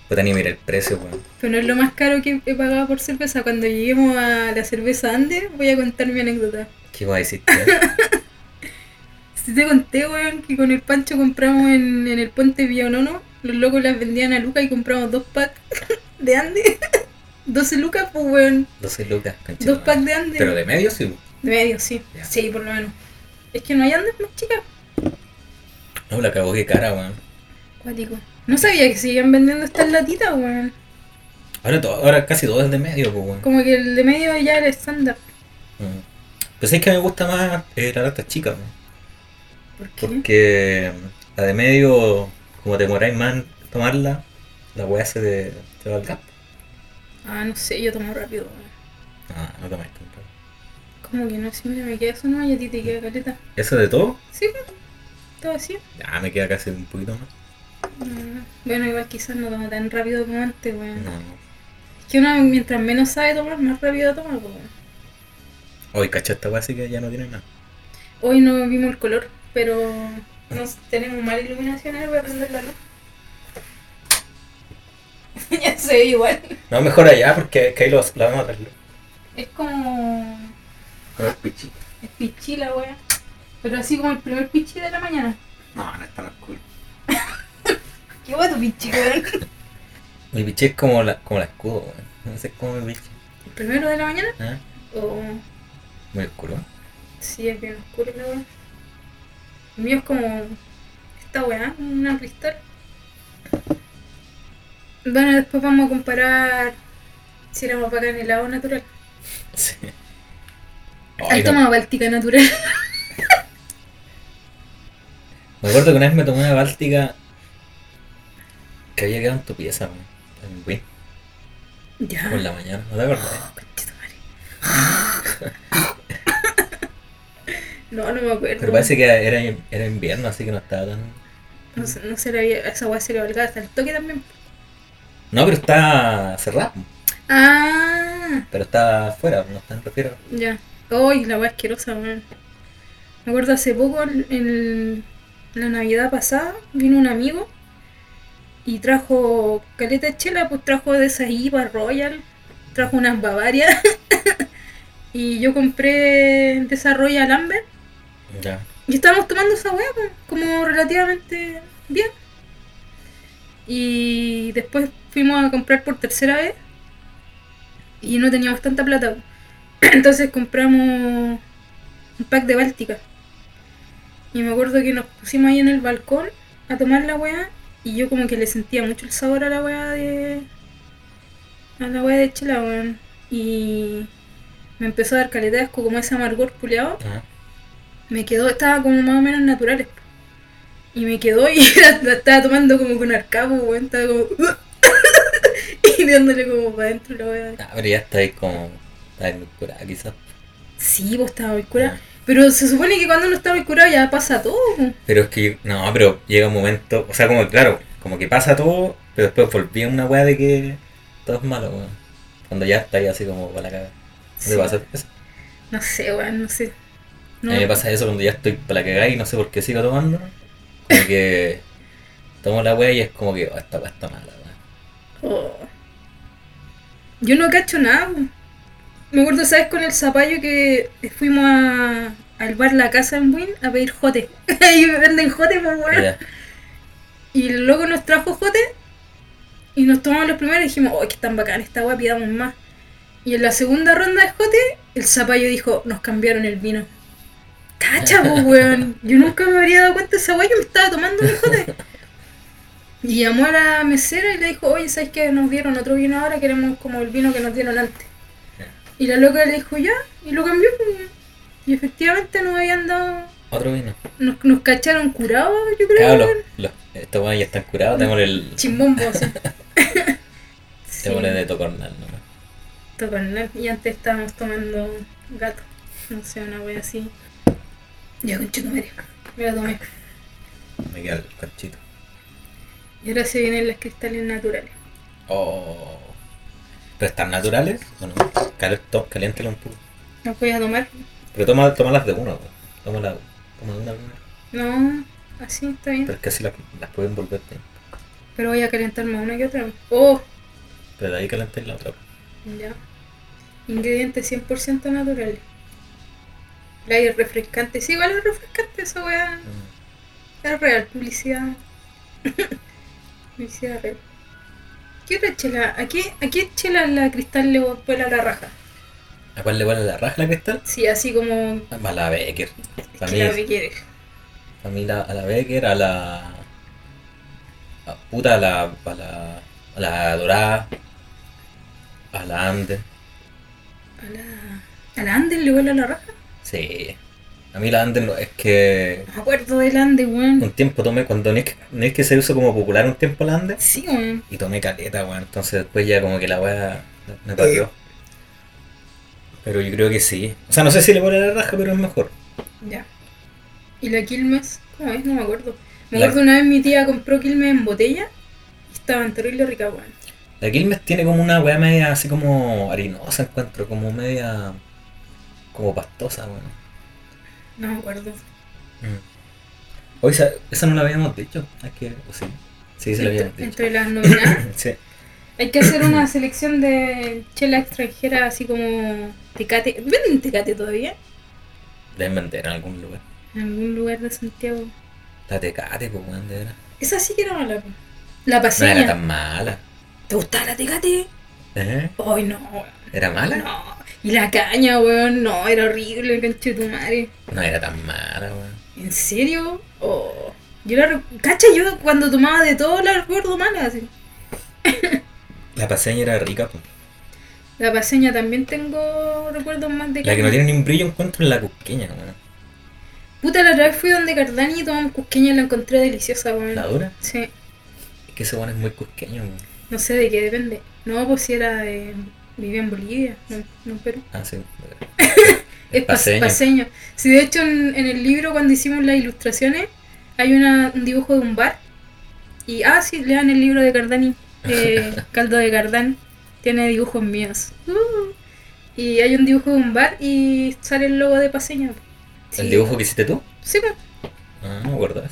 Speaker 1: Puta ni mira el precio, weón.
Speaker 2: Pero no es lo más caro que he pagado por cerveza. Cuando lleguemos a la cerveza Andes, voy a contar mi anécdota.
Speaker 1: ¿Qué va a decir? tío?
Speaker 2: Si te conté, weón, que con el Pancho compramos en, en el puente Villanono, los locos las vendían a Luca y compramos dos packs de Andes. 12 lucas, pues, weón.
Speaker 1: 12 lucas, conchita
Speaker 2: Dos
Speaker 1: madre.
Speaker 2: packs de Andes.
Speaker 1: Pero de medio sí, weón.
Speaker 2: De medio, sí.
Speaker 1: Ya.
Speaker 2: Sí, por lo menos. Es que no hay Andes más chicas.
Speaker 1: No, la cagó que cara, weón.
Speaker 2: Cuático. No sabía que seguían vendiendo estas latitas, weón.
Speaker 1: Ahora, todo- ahora casi todo es de medio, pues, weón.
Speaker 2: Como que el de medio ya era estándar.
Speaker 1: Mm. Pues es que me gusta más eh, la lata chica, weón.
Speaker 2: ¿Por qué?
Speaker 1: Porque mm, la de medio, como te demoráis más en tomarla, la weá se te, te va al campo.
Speaker 2: Ah, no sé, yo tomo rápido, weón.
Speaker 1: Ah, no tomáis tanto.
Speaker 2: Como que no, siempre me queda eso, no, y a ti te queda caleta.
Speaker 1: ¿Eso de todo?
Speaker 2: Sí, weón. Todo así.
Speaker 1: Ya, me queda casi un poquito más.
Speaker 2: Mm, Bueno, igual quizás no tomo tan rápido como antes, weón.
Speaker 1: No.
Speaker 2: Es que uno mientras menos sabe tomar, pues, más rápido toma, po, weón.
Speaker 1: Hoy cacha esta weá, así que ya no tiene nada.
Speaker 2: Hoy no vimos el color, pero nos tenemos mala iluminación, ahora voy a prender la luz. ya se ve igual.
Speaker 1: No, mejor allá, porque es que ahí los, la vamos a traer.
Speaker 2: Es como...
Speaker 1: Con los pichis.
Speaker 2: es pichí la weón. Pero así como el primer pichi de la mañana.
Speaker 1: No, no está tan cool.
Speaker 2: Qué bueno pichi, weón.
Speaker 1: Mi piché es como la, como la escudo, weón. No sé cómo mi piché.
Speaker 2: ¿El primero de la mañana?
Speaker 1: ¿Ah?
Speaker 2: O...
Speaker 1: Muy oscuro.
Speaker 2: Sí, es bien oscuro la weón. El mío es como... Esta weá, una cristal. Bueno, después vamos a comparar si éramos para acá en helado natural.
Speaker 1: Sí.
Speaker 2: Has
Speaker 1: Ay, no.
Speaker 2: tomado Báltica natural.
Speaker 1: Me acuerdo que una vez me tomé una báltica que había quedado en tu pieza, weón. En Win,
Speaker 2: Ya.
Speaker 1: por la mañana. ¿No te acordás?
Speaker 2: Conchetumare. No, no me acuerdo.
Speaker 1: Pero parece que era, era invierno, así que no estaba tan.
Speaker 2: No, se- no se le había, esa weá se le valgaba hasta el toque también.
Speaker 1: No, pero está cerrado.
Speaker 2: Ah,
Speaker 1: Pero está afuera, no está en refrigerador.
Speaker 2: ya. Ay, la weá asquerosa, weón. Me acuerdo hace poco, el- el- la Navidad pasada, vino un amigo y trajo caleta de chela, pues trajo de esas IVA Royal, trajo unas Bavaria. y yo compré de esa Royal Amber.
Speaker 1: Ya.
Speaker 2: Y estábamos tomando esa weá, pues, como relativamente bien. Y después fuimos a comprar por tercera vez. Y no teníamos tanta plata. pues. Entonces compramos un pack de Báltica. Y me acuerdo que nos pusimos ahí en el balcón a tomar la weá. Y yo como que le sentía mucho el sabor a la weá de... A la weá de chela, weón. Y me empezó a dar caleta de asco como ese amargor puleado
Speaker 1: Ah.
Speaker 2: me quedó, estaba como más o menos naturales. po. Y me quedó y la, la estaba tomando como con arcabo, weón, estaba como. y dándole como para adentro la weá.
Speaker 1: Ah, pero ya está ahí como. Está en mi cura, quizás. Ah.
Speaker 2: Sí, vos pues, estaba muy cura. Pero se supone que cuando uno está muy curado ya pasa todo. po.
Speaker 1: Pero es que, no, pero llega un momento, o sea, como, claro, como que pasa todo, pero después volví a una weá de que todo es malo, weón. Cuando ya está ahí así como para la caga. ¿No te
Speaker 2: Sí.
Speaker 1: pasa eso?
Speaker 2: No sé, weón, no sé. No.
Speaker 1: A mí me pasa eso cuando ya estoy para la cagada y no sé por qué sigo tomando. Como que tomo la weá y es como que, oh, esta weá está mala, weón.
Speaker 2: Oh. Yo no cacho nada. po. Me acuerdo, ¿sabes? Con el zapallo que fuimos a, al bar La Casa en Buin a pedir jote. Ahí venden jote, pues, weón.
Speaker 1: Ya.
Speaker 2: Y el loco nos trajo jote y nos tomamos los primeros y dijimos, oh, que tan bacán esta weá, pidamos más. Y en la segunda ronda de jote, el zapallo dijo, nos cambiaron el vino. Cacha, po, weón. Yo nunca me habría dado cuenta de esa weá, yo me estaba tomando mi jote. Y llamó a la mesera y le dijo, oye, ¿sabes qué? Nos dieron otro vino ahora, queremos como el vino que nos dieron antes. Y la loca le dijo, ya, y lo cambió. po, weón. Y efectivamente nos habían dado,
Speaker 1: Otro vino.
Speaker 2: nos, nos cacharon curados, yo creo.
Speaker 1: Claro, los,
Speaker 2: weón.
Speaker 1: los- estos weones ya están curados, tenemos el.
Speaker 2: Chimbombo, así. Sí,
Speaker 1: Tenemos el de tocornal, ¿no?
Speaker 2: tocornal. Y antes estábamos tomando gato. No sé, una wea así. Ya con Me la tomé.
Speaker 1: Me queda el canchito.
Speaker 2: Y ahora se vienen las cristales naturales.
Speaker 1: Oh. ¿Pero están naturales? ¿O no? Cal- to- Caliéntalo un poco.
Speaker 2: ¿Las voy a tomar?
Speaker 1: Pero toma, toma las de uno, weón. Toma, la, toma de una primero.
Speaker 2: No, así está
Speaker 1: Pero
Speaker 2: bien.
Speaker 1: es que así las, las pueden volverte.
Speaker 2: Pero voy a calentar más una que otra. Oh,
Speaker 1: Pero de ahí calentáis la otra.
Speaker 2: ya. Ingredientes 100% naturales. La y el refrescante. Sí, igual es refrescante esa wea.
Speaker 1: Mm.
Speaker 2: Es real, publicidad. publicidad real. ¿Qué otra chela? ¿A qué, a qué chela la cristal le vuela la raja?
Speaker 1: ¿A cuál le ponen la raja la cristal?
Speaker 2: Sí, así como.
Speaker 1: A la Becker.
Speaker 2: Es
Speaker 1: Para
Speaker 2: que
Speaker 1: mí,
Speaker 2: la
Speaker 1: es-
Speaker 2: que quieres.
Speaker 1: a mí la, a la Becker, a la. A puta, a la. A la, a la Dorada. A la Andes.
Speaker 2: A la. ¿A la Andes le vuela la raja?
Speaker 1: Sí. A mí la Andes no- es que.
Speaker 2: No me acuerdo del Andes, weón.
Speaker 1: Un tiempo tomé, cuando no es, que, no es que se usó como popular un tiempo la Andes.
Speaker 2: Sí, weón.
Speaker 1: Y tomé caleta, weón. Entonces después ya como que la weá
Speaker 2: Eh.
Speaker 1: me perdió. Pero yo creo que sí. O sea, no sé si le pone la raja, pero es mejor.
Speaker 2: Ya. ¿Y la Quilmes? ¿Cómo es? No me acuerdo. Me
Speaker 1: La-
Speaker 2: acuerdo una vez mi tía compró Quilmes en botella y estaban terrible rica, weón.
Speaker 1: La Quilmes tiene como una weá media así como harinosa, encuentro, como media. como pastosa, weón.
Speaker 2: No me acuerdo.
Speaker 1: Mm. Oye, esa, esa no la habíamos dicho. Es que. o sí. Sí, se la habíamos
Speaker 2: entre,
Speaker 1: dicho.
Speaker 2: entre las nominadas.
Speaker 1: Sí.
Speaker 2: Hay que hacer una selección de chela extranjera, así como tecate. ¿Venden tecate todavía?
Speaker 1: Deben vender en algún lugar.
Speaker 2: En algún lugar de Santiago.
Speaker 1: La tecate, pues, weón, de verdad.
Speaker 2: Esa sí que era mala. po. La
Speaker 1: No
Speaker 2: paseña.
Speaker 1: era tan mala.
Speaker 2: ¿Te gustaba la tecate?
Speaker 1: ¿Eh?
Speaker 2: Ay, no. weón.
Speaker 1: ¿Era mala? No,
Speaker 2: No. Y la caña, weón. No, era horrible, canche tu madre.
Speaker 1: era tan mala, weón.
Speaker 2: ¿En serio? Oh. Yo la. re- Cacha, yo cuando tomaba de todo la recuerdo mala. Así.
Speaker 1: La paseña era rica, pues.
Speaker 2: La paseña también tengo recuerdos más de
Speaker 1: La que no
Speaker 2: caña.
Speaker 1: tiene ni un brillo encuentro en la cusqueña, weón.
Speaker 2: Puta, la otra vez fui donde Cardani y tomamos cusqueña y la encontré deliciosa, weón.
Speaker 1: La dura.
Speaker 2: Sí.
Speaker 1: Es que ese weón es muy cusqueño, weón.
Speaker 2: No sé de qué depende. No, pues si era de. Vivía en Bolivia, no, no en Perú.
Speaker 1: Ah, sí.
Speaker 2: Es paseño. paseño. Sí, de hecho, en, en el libro, cuando hicimos las ilustraciones, hay una, un dibujo de un bar. Y, ah, sí, lean el libro de Cardani. eh, Caldo de Cardán. Tiene dibujos míos. Uh. y hay un dibujo de un bar y sale el logo de paseño. Sí.
Speaker 1: ¿El dibujo que hiciste tú?
Speaker 2: Sí, pues.
Speaker 1: Ah, no me acuerdo.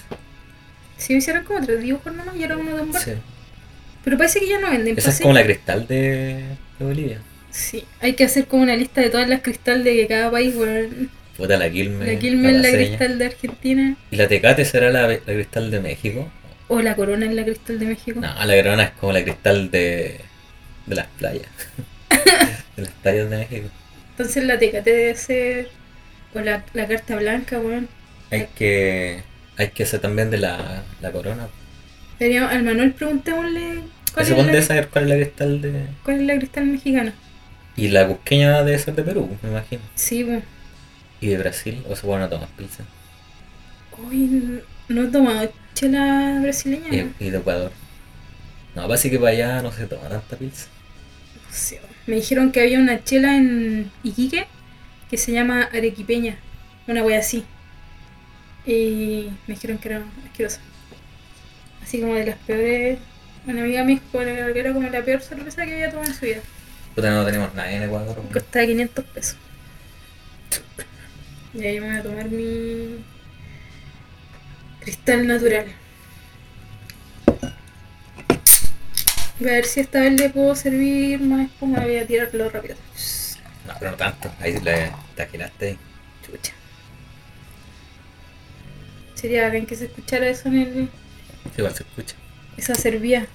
Speaker 2: Sí, hicieron como tres dibujos nomás y era uno de un bar.
Speaker 1: Sí.
Speaker 2: Pero parece que ya no venden
Speaker 1: Esa es
Speaker 2: paseño.
Speaker 1: como la cristal de, de Bolivia.
Speaker 2: Sí, hay que hacer como una lista de todas las cristal de cada país, weón.
Speaker 1: Puta, eh, la Quilmes.
Speaker 2: La Quilmes es la
Speaker 1: Paseña.
Speaker 2: cristal de Argentina.
Speaker 1: ¿Y la Tecate será la, la cristal de México?
Speaker 2: O la corona es la cristal de México.
Speaker 1: No, la Corona es como la cristal de, de las playas. de las playas de México.
Speaker 2: Entonces la Tecate debe ser. O la, la carta blanca, weón.
Speaker 1: Hay
Speaker 2: Eh.
Speaker 1: que, hay que hacer también de la, la Corona.
Speaker 2: Deberíamos- al Manuel preguntémosle cuál
Speaker 1: Ese
Speaker 2: es,
Speaker 1: pone
Speaker 2: la,
Speaker 1: debe saber cuál es la cristal de...
Speaker 2: cuál es la cristal mexicana.
Speaker 1: Y la cusqueña debe ser de Perú, me imagino.
Speaker 2: Sí, weón.
Speaker 1: Y de Brasil, o sea, bueno, no tomas pizza.
Speaker 2: Hoy no he tomado chela brasileña.
Speaker 1: Y,
Speaker 2: No
Speaker 1: y de Ecuador. No, parece que para allá no se toma tanta pizza.
Speaker 2: sé, weón. Me dijeron que había una chela en Iquique que se llama Arequipeña. una wea así. Y me dijeron que era asquerosa. Así como de las peores. Una amiga me dijo que era como la peor cerveza que había tomado en su vida.
Speaker 1: Puta, no tenemos nadie en Ecuador. weón.
Speaker 2: Costaba 500 pesos. Y ahí me voy a tomar mi. cristal natural. Voy a ver si esta vez le puedo servir más espuma. Voy a tirarlo rápido.
Speaker 1: No, pero no tanto. Ahí le taquilaste ahí.
Speaker 2: Chucha. Sería bien que se escuchara eso en el.
Speaker 1: Sí, Igual se escucha.
Speaker 2: Esa servía.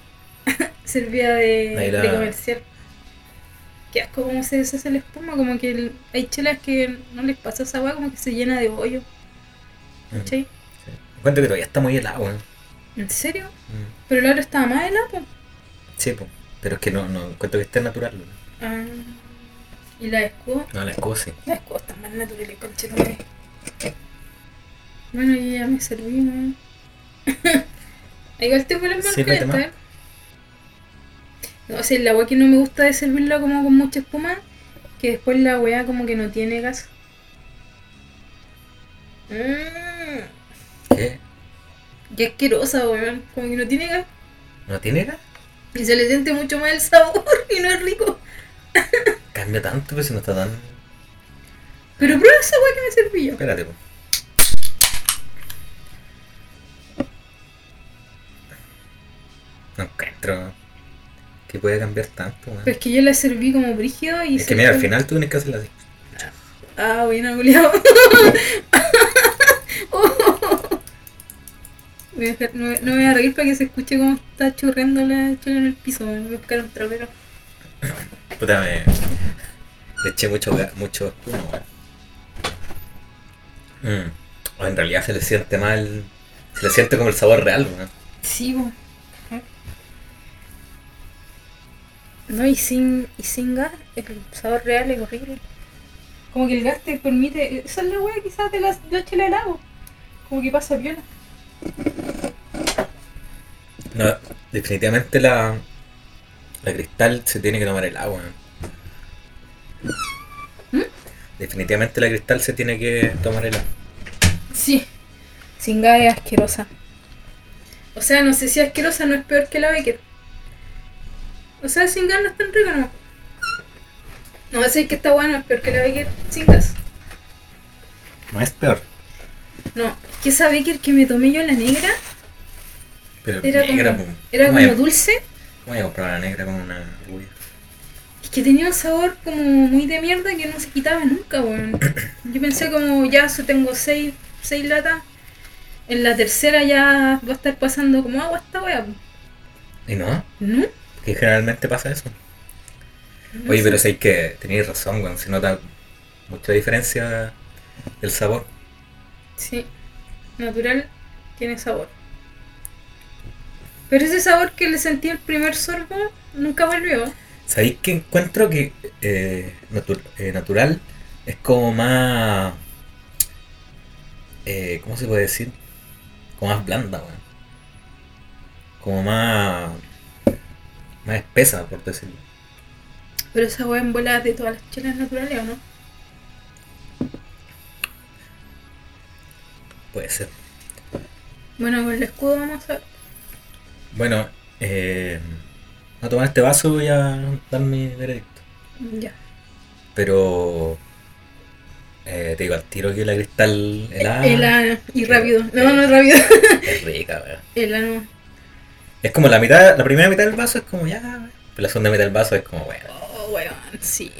Speaker 2: servía de,
Speaker 1: Ahí la-
Speaker 2: de comercial. Qué asco como se deshace la espuma, como que el- hay chelas que no les pasa esa agua, como que se llena de bollo.
Speaker 1: Mm.
Speaker 2: ¿Cachai?
Speaker 1: Sí. Cuento que todavía está muy helado, weón.
Speaker 2: ¿En serio?
Speaker 1: Mm.
Speaker 2: Pero el otro estaba más helado. po.
Speaker 1: Sí, pues. Pero es que no, no encuentro que esté natural. weón.
Speaker 2: Ah. ¿Y la escudo?
Speaker 1: No, la escocia.
Speaker 2: La escudo está más natural que conchetumare. Bueno, yo ya me serví, ¿no? Igual te fue la marca
Speaker 1: Sírvete más.
Speaker 2: esta, ¿eh? No, o sea, la agua que no me gusta de servirla como con mucha espuma, que después la weá como que no tiene gas. Mmm,
Speaker 1: ¿Qué?
Speaker 2: qué asquerosa, weón. Como que no tiene gas.
Speaker 1: ¿No tiene gas?
Speaker 2: Y se le siente mucho más el sabor y no es rico.
Speaker 1: Cambia tanto, pero si no está tan.
Speaker 2: Pero prueba esa weá que me serví yo.
Speaker 1: Espérate, pues. No encuentro que puede cambiar tanto, weón.
Speaker 2: Pero es que yo la serví como brígido y
Speaker 1: Es
Speaker 2: se
Speaker 1: que mira, al
Speaker 2: fue-
Speaker 1: final tú tienes que hacerla así.
Speaker 2: Ah, bueno, culiao. Voy a dejar- no, no me voy a reír para que se escuche cómo está churreando la chula en el piso. Me voy a buscar un trapero.
Speaker 1: Puta, me... Le eché mucho, ga- mucho espuma, weón. Mm. O en realidad se le siente mal. Se le siente como el sabor real, weón.
Speaker 2: Sí, bo. ¿Eh? No, y sin, y sin gas, el sabor real es horrible. Como que el gas te permite. Esa es la wea, quizás de la, de la chela de lago. Como que pasa viola.
Speaker 1: No, definitivamente la. La cristal se tiene que tomar el agua,
Speaker 2: ¿Mm?
Speaker 1: Definitivamente la cristal se tiene que tomar el agua.
Speaker 2: Sí. Sin gas es asquerosa. O sea, no sé si asquerosa no es peor que la Becker. O sea, sin gas no es tan rico, ¿no? No sé que está bueno, es peor que la Becker sin gas.
Speaker 1: No es peor.
Speaker 2: No, es que esa Becker que me tomé yo, la negra,
Speaker 1: Pero
Speaker 2: era
Speaker 1: negra,
Speaker 2: como,
Speaker 1: pum.
Speaker 2: era
Speaker 1: Voy a-
Speaker 2: como dulce.
Speaker 1: Voy a comprar la negra con una rubia.
Speaker 2: Es que tenía un sabor como muy de mierda que no se quitaba nunca, weón. Yo pensé como, ya so- tengo seis, seis latas. En la tercera ya va a estar pasando como agua esta wea. po.
Speaker 1: ¿Y no?
Speaker 2: ¿No?
Speaker 1: Que generalmente pasa eso. Oye, pero sé que tenéis razón, weón. Se nota mucha diferencia del sabor.
Speaker 2: Sí, natural tiene sabor. Pero ese sabor que le sentí el primer sorbo nunca volvió.
Speaker 1: ¿Sabéis que encuentro que eh, natu- eh, natural es como más. eh, ¿Cómo se puede decir? Como más blanda, weón. Como más. más espesa, por decirlo.
Speaker 2: Pero esa hueá en bolas de todas las chelas naturales, ¿o no?
Speaker 1: Puede ser.
Speaker 2: Bueno, con el escudo vamos a...
Speaker 1: Bueno, eh, voy a tomar este vaso y voy a dar mi veredicto.
Speaker 2: Ya.
Speaker 1: Pero. eh, te digo al tiro que la cristal helada
Speaker 2: El ano, y rápido. No, no es rápido.
Speaker 1: es rica, weón.
Speaker 2: El ano.
Speaker 1: Es como la mitad, la primera mitad del vaso es como ya, weón. Pero la segunda mitad del vaso es como, weón.
Speaker 2: Oh, weón, sí.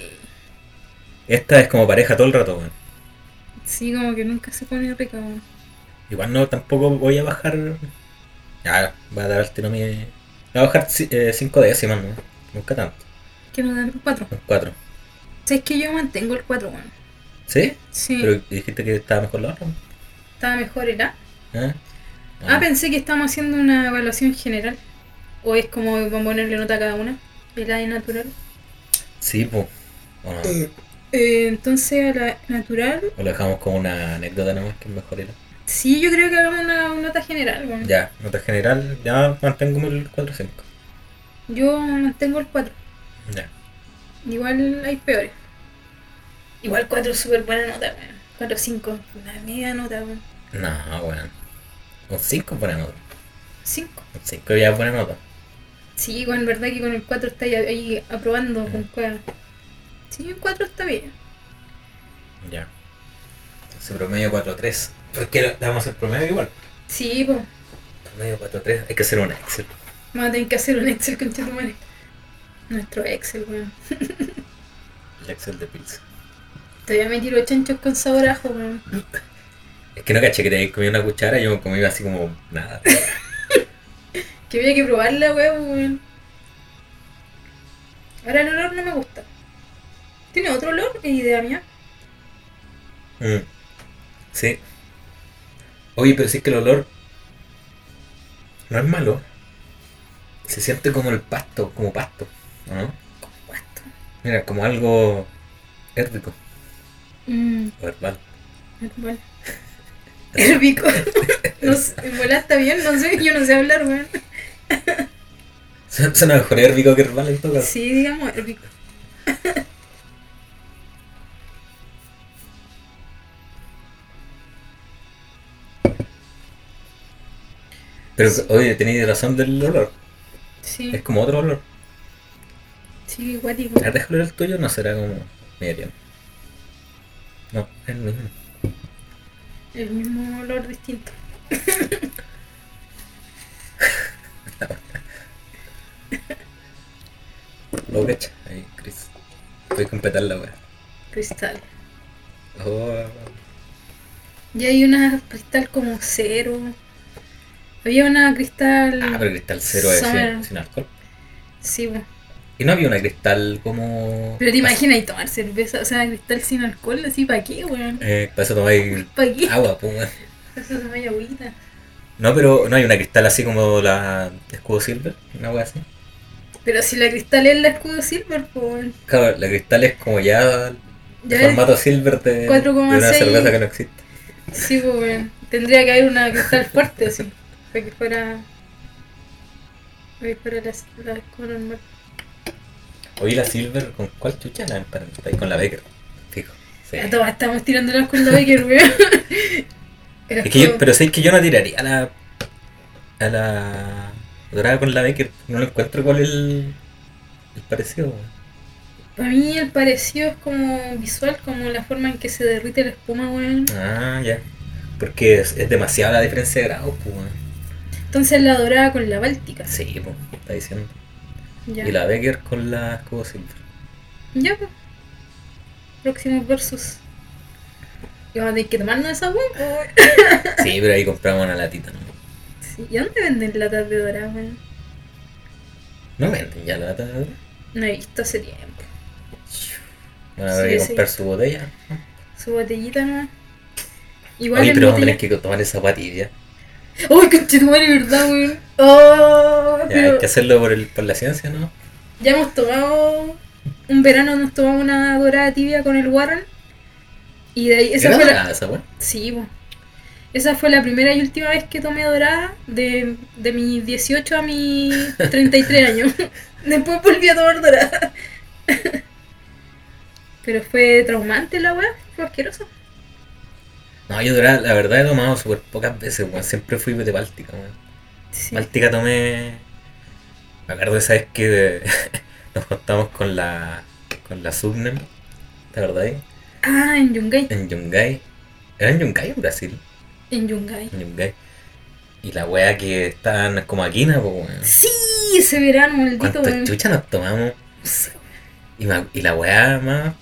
Speaker 1: Esta es como pareja todo el rato, weón.
Speaker 2: Sí, como que nunca se pone rica, weón.
Speaker 1: Igual no, tampoco voy a bajar. Ya, voy a dar al tiro mi. Voy a bajar 5 décimas, ¿no? Nunca tanto.
Speaker 2: Que nos dan un 4.
Speaker 1: Un 4.
Speaker 2: ¿Sabes que yo mantengo el 4, weón?
Speaker 1: ¿Sí?
Speaker 2: Sí.
Speaker 1: Pero dijiste que estaba mejor la otra.
Speaker 2: Estaba mejor el A.
Speaker 1: ¿Eh?
Speaker 2: Ah, pensé que estábamos haciendo una evaluación general. O es como van a ponerle nota a cada una. El A es natural.
Speaker 1: Sí, pues. O, no.
Speaker 2: Eh, entonces, a la natural.
Speaker 1: O lo dejamos como una anécdota nomás que es mejor era.
Speaker 2: Sí, yo creo que hagamos una, una nota general. bueno.
Speaker 1: Ya, nota general, ya mantengo el 4-5.
Speaker 2: Yo mantengo el 4.
Speaker 1: Ya.
Speaker 2: Igual hay peores. Igual 4 es súper buena nota. bueno. 4 5. Una media nota, weón.
Speaker 1: No, weón. Un 5 buena nota.
Speaker 2: 5.
Speaker 1: Un 5 ya es buena nota.
Speaker 2: Sí, con verdad que con el 4 está ahí, ahí aprobando con cueva. Sí, el 4 está bien.
Speaker 1: Ya. Entonces promedio Pues 4-3. Porque le vamos a hacer promedio igual.
Speaker 2: Sí, pues.
Speaker 1: Promedio 4-3. Hay que hacer un Excel.
Speaker 2: Vamos a tener que hacer un Excel con Chetumare. Nuestro Excel, weón.
Speaker 1: El Excel de Pilsen.
Speaker 2: Todavía me tiro chanchos con sabor a ajo, weón.
Speaker 1: Es que no caché que te habías comido una cuchara, yo comí así como nada.
Speaker 2: Que había que probarla, weón, pues, weón. Ahora el olor no me gusta. ¿Tiene otro olor? Es idea mía.
Speaker 1: Mm. Sí. Oye, pero sí que el olor no es malo. Se siente como el pasto, como pasto, ¿no?
Speaker 2: Guasto.
Speaker 1: Mira, como algo hérbico
Speaker 2: Mmm,
Speaker 1: o herbal.
Speaker 2: normal. Herbico. No sé, en volá está bien, no sé, yo no sé hablar, weón.
Speaker 1: Su- Suena mejor hérbico que herbal en todo caso.
Speaker 2: Sí, digamos herbico.
Speaker 1: Pero oye, tenéis razón del olor.
Speaker 2: Sí,
Speaker 1: Es como otro olor.
Speaker 2: sí, guático.
Speaker 1: A ver, déjalo ver el tuyo, no será como medio. No, es el mismo.
Speaker 2: El mismo olor distinto.
Speaker 1: Lo cacha. Ahí, Chris. Voy a completar la wea.
Speaker 2: Cristal.
Speaker 1: Oh,
Speaker 2: Y hay una cristal como cero. Había una cristal.
Speaker 1: Ah, pero cristal cero es
Speaker 2: Summer.
Speaker 1: sin, sin alcohol.
Speaker 2: Sí, bueno.
Speaker 1: Y no había una cristal como.
Speaker 2: Pero te imaginas y tomar cerveza, o sea, cristal sin alcohol, así, ¿para qué, weón?
Speaker 1: Eh, para eso tomáis
Speaker 2: ¿Para qué?
Speaker 1: agua, pum.
Speaker 2: Pues Eso se vaya agüita.
Speaker 1: No, pero no hay una cristal así como la escudo silver, una wea así.
Speaker 2: Pero si la cristal es la escudo silver, pues, weón.
Speaker 1: Claro, la cristal es como ya el
Speaker 2: Ya ves.
Speaker 1: formato silver de, de
Speaker 2: 4,6.
Speaker 1: una cerveza que no existe.
Speaker 2: Sí, pues, weón. Tendría que haber una cristal fuerte, así. Para que fuera. Para que fuera la, la escudo normal.
Speaker 1: Oye, la silver, ¿con cuál chucha la emparentáis? Con la Becker, fijo. Sí.
Speaker 2: A todas estamos tirándolas con la Baker, weón. Era
Speaker 1: Es que yo,
Speaker 2: como-
Speaker 1: pero sé que yo no tiraría a la. a la. dorada con la Becker. No lo encuentro cuál es el. el parecido. weón.
Speaker 2: Para mí el parecido es como visual, como la forma en que se derrite la espuma, weón.
Speaker 1: Ah, ya. Porque es, es demasiada la diferencia de grados, pues. weón.
Speaker 2: Entonces la dorada con la báltica.
Speaker 1: Sí, pues, está diciendo.
Speaker 2: Ya.
Speaker 1: Y la Becker con la escudo silver.
Speaker 2: Ya, pues. Próximos versus. Y vamos a tener que tomarnos esa weón. po, weón.
Speaker 1: Sí, pero ahí compramos una latita, ¿no?
Speaker 2: Sí. ¿Y dónde venden latas de dorada, weón?
Speaker 1: No venden ya la lata de dorada.
Speaker 2: No he visto hace tiempo.
Speaker 1: Bueno, habrá que
Speaker 2: Sí, sí.
Speaker 1: comprar su botella.
Speaker 2: Su botellita, ¿no? Igual
Speaker 1: Oye,
Speaker 2: en
Speaker 1: pero vamos a tener
Speaker 2: botella-
Speaker 1: que tomar esa patilla.
Speaker 2: ¡Ay, conchetumare, verdad, weón! ¡Oh!
Speaker 1: Ya,
Speaker 2: pero
Speaker 1: hay que hacerlo por, el, por la ciencia, ¿no?
Speaker 2: Ya hemos tomado. Un verano nos tomamos una dorada tibia con el Warren. Y de ahí. Esa
Speaker 1: Era
Speaker 2: fue la,
Speaker 1: dorada esa, weón.
Speaker 2: sí, po. Esa fue la primera y última vez que tomé dorada de, de mis 18 a mis 33 años. Después volví a tomar dorada. Pero fue traumante la weá, fue asqueroso.
Speaker 1: No, yo dorada, la verdad he tomado súper pocas veces, weón. Siempre fui de Báltica, weón.
Speaker 2: Sí.
Speaker 1: Báltica tomé. Me acuerdo de esa vez que eh, nos juntamos con la. con la Subnem, ¿te acordáis?
Speaker 2: Ah, en Yungay.
Speaker 1: En Yungay. ¿Era en Yungay o en Brasil?
Speaker 2: En Yungay.
Speaker 1: En Yungay. Y la wea que estaban como aquí, ¿no? Pues, weón.
Speaker 2: Sí, ese verano, maldito
Speaker 1: ¿Cuántas
Speaker 2: weón.
Speaker 1: chuchas nos tomamos? Y, me- y la weá más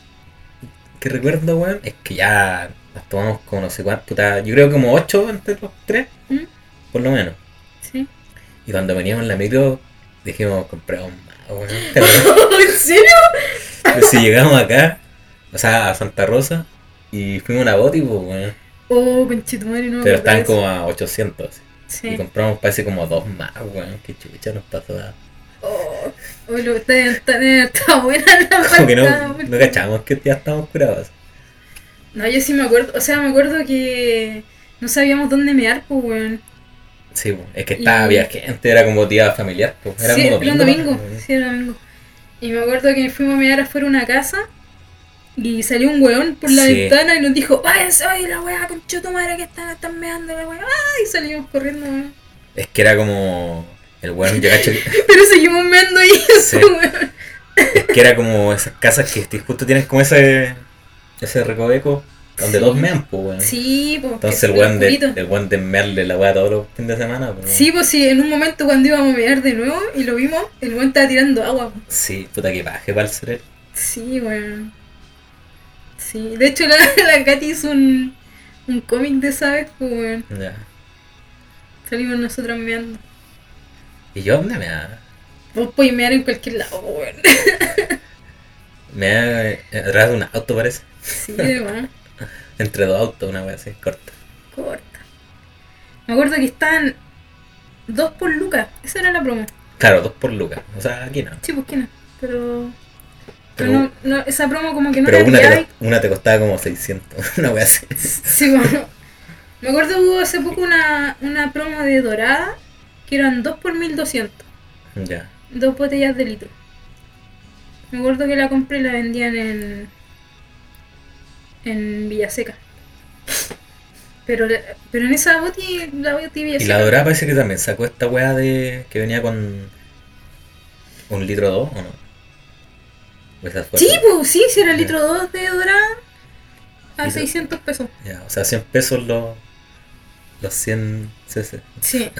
Speaker 1: que recuerdo, weón, es que ya nos tomamos como no sé cuánto, puta, yo creo como ocho entre los tres,
Speaker 2: ¿Mm?
Speaker 1: por lo menos.
Speaker 2: Sí.
Speaker 1: Y cuando veníamos en la micro, dijimos, compramos más, weón.
Speaker 2: ¿En serio?
Speaker 1: Pero si llegamos acá, o sea, a Santa Rosa, y fuimos a una boti, pues, weón.
Speaker 2: Oh, conchetumare, no me
Speaker 1: Pero
Speaker 2: acordaba
Speaker 1: estaban
Speaker 2: de eso.
Speaker 1: como a 800. así. Y
Speaker 2: Sí.
Speaker 1: compramos parece como dos más, weón. Qué chucha nos pasó. ah.
Speaker 2: Oh, oh, lo está, está, está buena la
Speaker 1: Como que
Speaker 2: falta,
Speaker 1: no,
Speaker 2: porque-
Speaker 1: no cachamos que ya estábamos curados.
Speaker 2: No, yo sí me acuerdo, o sea, me acuerdo que no sabíamos dónde mear, pues, weón.
Speaker 1: Sí, po, es que estaba,
Speaker 2: Y-
Speaker 1: había gente, era como día familiar, po, era
Speaker 2: sí,
Speaker 1: como
Speaker 2: era un domingo,
Speaker 1: ¿no?
Speaker 2: sí, era domingo. Y me acuerdo que fuimos a mear afuera de una casa Y salió un weón por la
Speaker 1: Sí.
Speaker 2: ventana y nos dijo, váyanse, ay, la weá, concho tu madre que están, están meando la weá. ¡Ay! Y salimos corriendo, weón.
Speaker 1: Es que era como. El weón, ya cacho,
Speaker 2: Pero seguimos meando y eso,
Speaker 1: Sí.
Speaker 2: weón.
Speaker 1: es que era como esas casas que te- justo tienes como ese. Ese recoveco donde
Speaker 2: Sí.
Speaker 1: dos mean, pues, weón.
Speaker 2: Sí, pues.
Speaker 1: Entonces
Speaker 2: que
Speaker 1: el weón de,
Speaker 2: cubito.
Speaker 1: el weón de mearle la weá todos los fines de semana, pues. weón.
Speaker 2: Sí, pues sí, en un momento cuando íbamos a mirar de nuevo y lo vimos, el weón estaba tirando agua. po.
Speaker 1: Sí, puta que baje para el cerebro.
Speaker 2: Sí, weón. Sí, de hecho la, la Katy hizo un, un cómic de esa vez, pues weón.
Speaker 1: Ya.
Speaker 2: Salimos nosotros meando.
Speaker 1: ¿Y yo dónde me da?
Speaker 2: Vos podés mear en cualquier lado, po, weón.
Speaker 1: Me da eh, atrás de un auto, parece.
Speaker 2: Sí, demás.
Speaker 1: Entre dos autos, una weá así, corta.
Speaker 2: Corta. Me acuerdo que estaban dos por lucas. Esa era la promo.
Speaker 1: Claro, dos por lucas. O sea, aquí no.
Speaker 2: Sí, pues que no. Pero. Pero
Speaker 1: Pero,
Speaker 2: no, no, esa promo como que no
Speaker 1: pero
Speaker 2: la
Speaker 1: una,
Speaker 2: pillaba
Speaker 1: te, co- una te costaba como 600. Una weá así.
Speaker 2: y- Sí, bueno. Me acuerdo hubo hace poco una, una promo de dorada que eran dos por 1200.
Speaker 1: Ya.
Speaker 2: Dos botellas de litro. Me acuerdo que la compré y la vendían en. en Villaseca. Pero, la- pero en esa boti, la boti
Speaker 1: Y
Speaker 2: Villaseca.
Speaker 1: la dorada parece que también sacó esta weá de. que venía con. un litro o dos, ¿o no? O esa fue
Speaker 2: Sí,
Speaker 1: otra.
Speaker 2: pues sí, si era el
Speaker 1: Ya.
Speaker 2: litro 2 de dorada a
Speaker 1: Litro.
Speaker 2: 600 pesos.
Speaker 1: Ya, o sea, 100 pesos los. los 100 cc.
Speaker 2: Sí.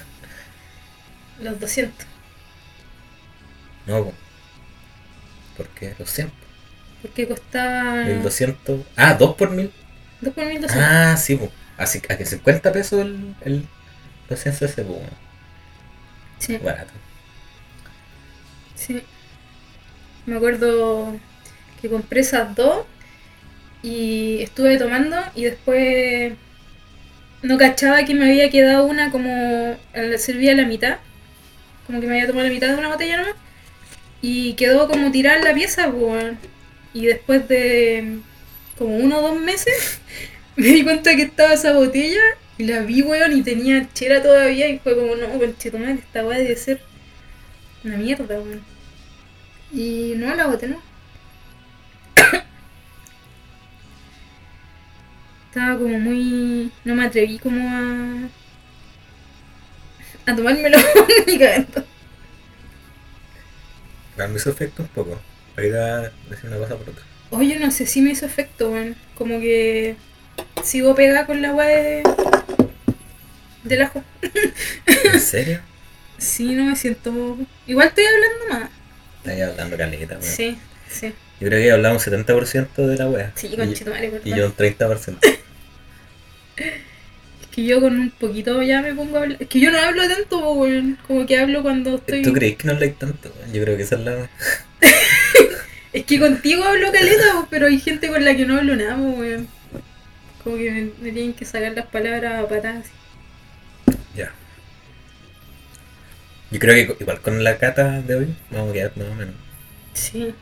Speaker 2: Los 200.
Speaker 1: No, po. ¿por qué? Los 100.
Speaker 2: Porque costaba
Speaker 1: 1200. Ah, dos por mil.
Speaker 2: 2 por 1200.
Speaker 1: Ah, sí, po. Así a que 50 pesos el. el los 100 cc, po, weón. Ah.
Speaker 2: Sí,
Speaker 1: Barato.
Speaker 2: sí. Me acuerdo que compré esas dos y estuve tomando y después no cachaba que me había quedado una como eh, servía la mitad. Como que me había tomado la mitad de una botella nomás. Y quedó como tirar la pieza, pues. weón. Y después de como uno o dos meses, me di cuenta que estaba esa botella. Y la vi, weón, y tenía chela todavía. Y fue como, no, conchetumare, esta weá debe ser una mierda, weón. Y no la boté, ¿no? Estaba como muy... No me atreví como a... A tomármelo ni cagando.
Speaker 1: Igual me hizo efecto un poco. Para ir a decir una cosa por otra.
Speaker 2: Oye, no sé si me hizo efecto, weón. Como que sigo pegada con la weá de... del ajo.
Speaker 1: ¿En serio?
Speaker 2: Sí, no me siento... Igual estoy hablando más.
Speaker 1: Estás hablando caleta, weón.
Speaker 2: Sí, sí.
Speaker 1: Yo creo que hablamos un 70% de la wea.
Speaker 2: Sí,
Speaker 1: Y-
Speaker 2: conchetumare,
Speaker 1: Y,
Speaker 2: perdón.
Speaker 1: yo un 30%.
Speaker 2: Es que yo con un poquito ya me pongo a hablar. Es que yo no hablo tanto, po, weón. Como que hablo cuando estoy...
Speaker 1: ¿Tú crees que no lees tanto? Yo creo que esa es la.
Speaker 2: Es que contigo hablo caleta, po, pero hay gente con la que no hablo nada, po, weón. Como que me, me tienen que sacar las palabras a patadas.
Speaker 1: Ya. Yo creo que co- igual con la cata de hoy vamos a quedar más o menos.
Speaker 2: Sí.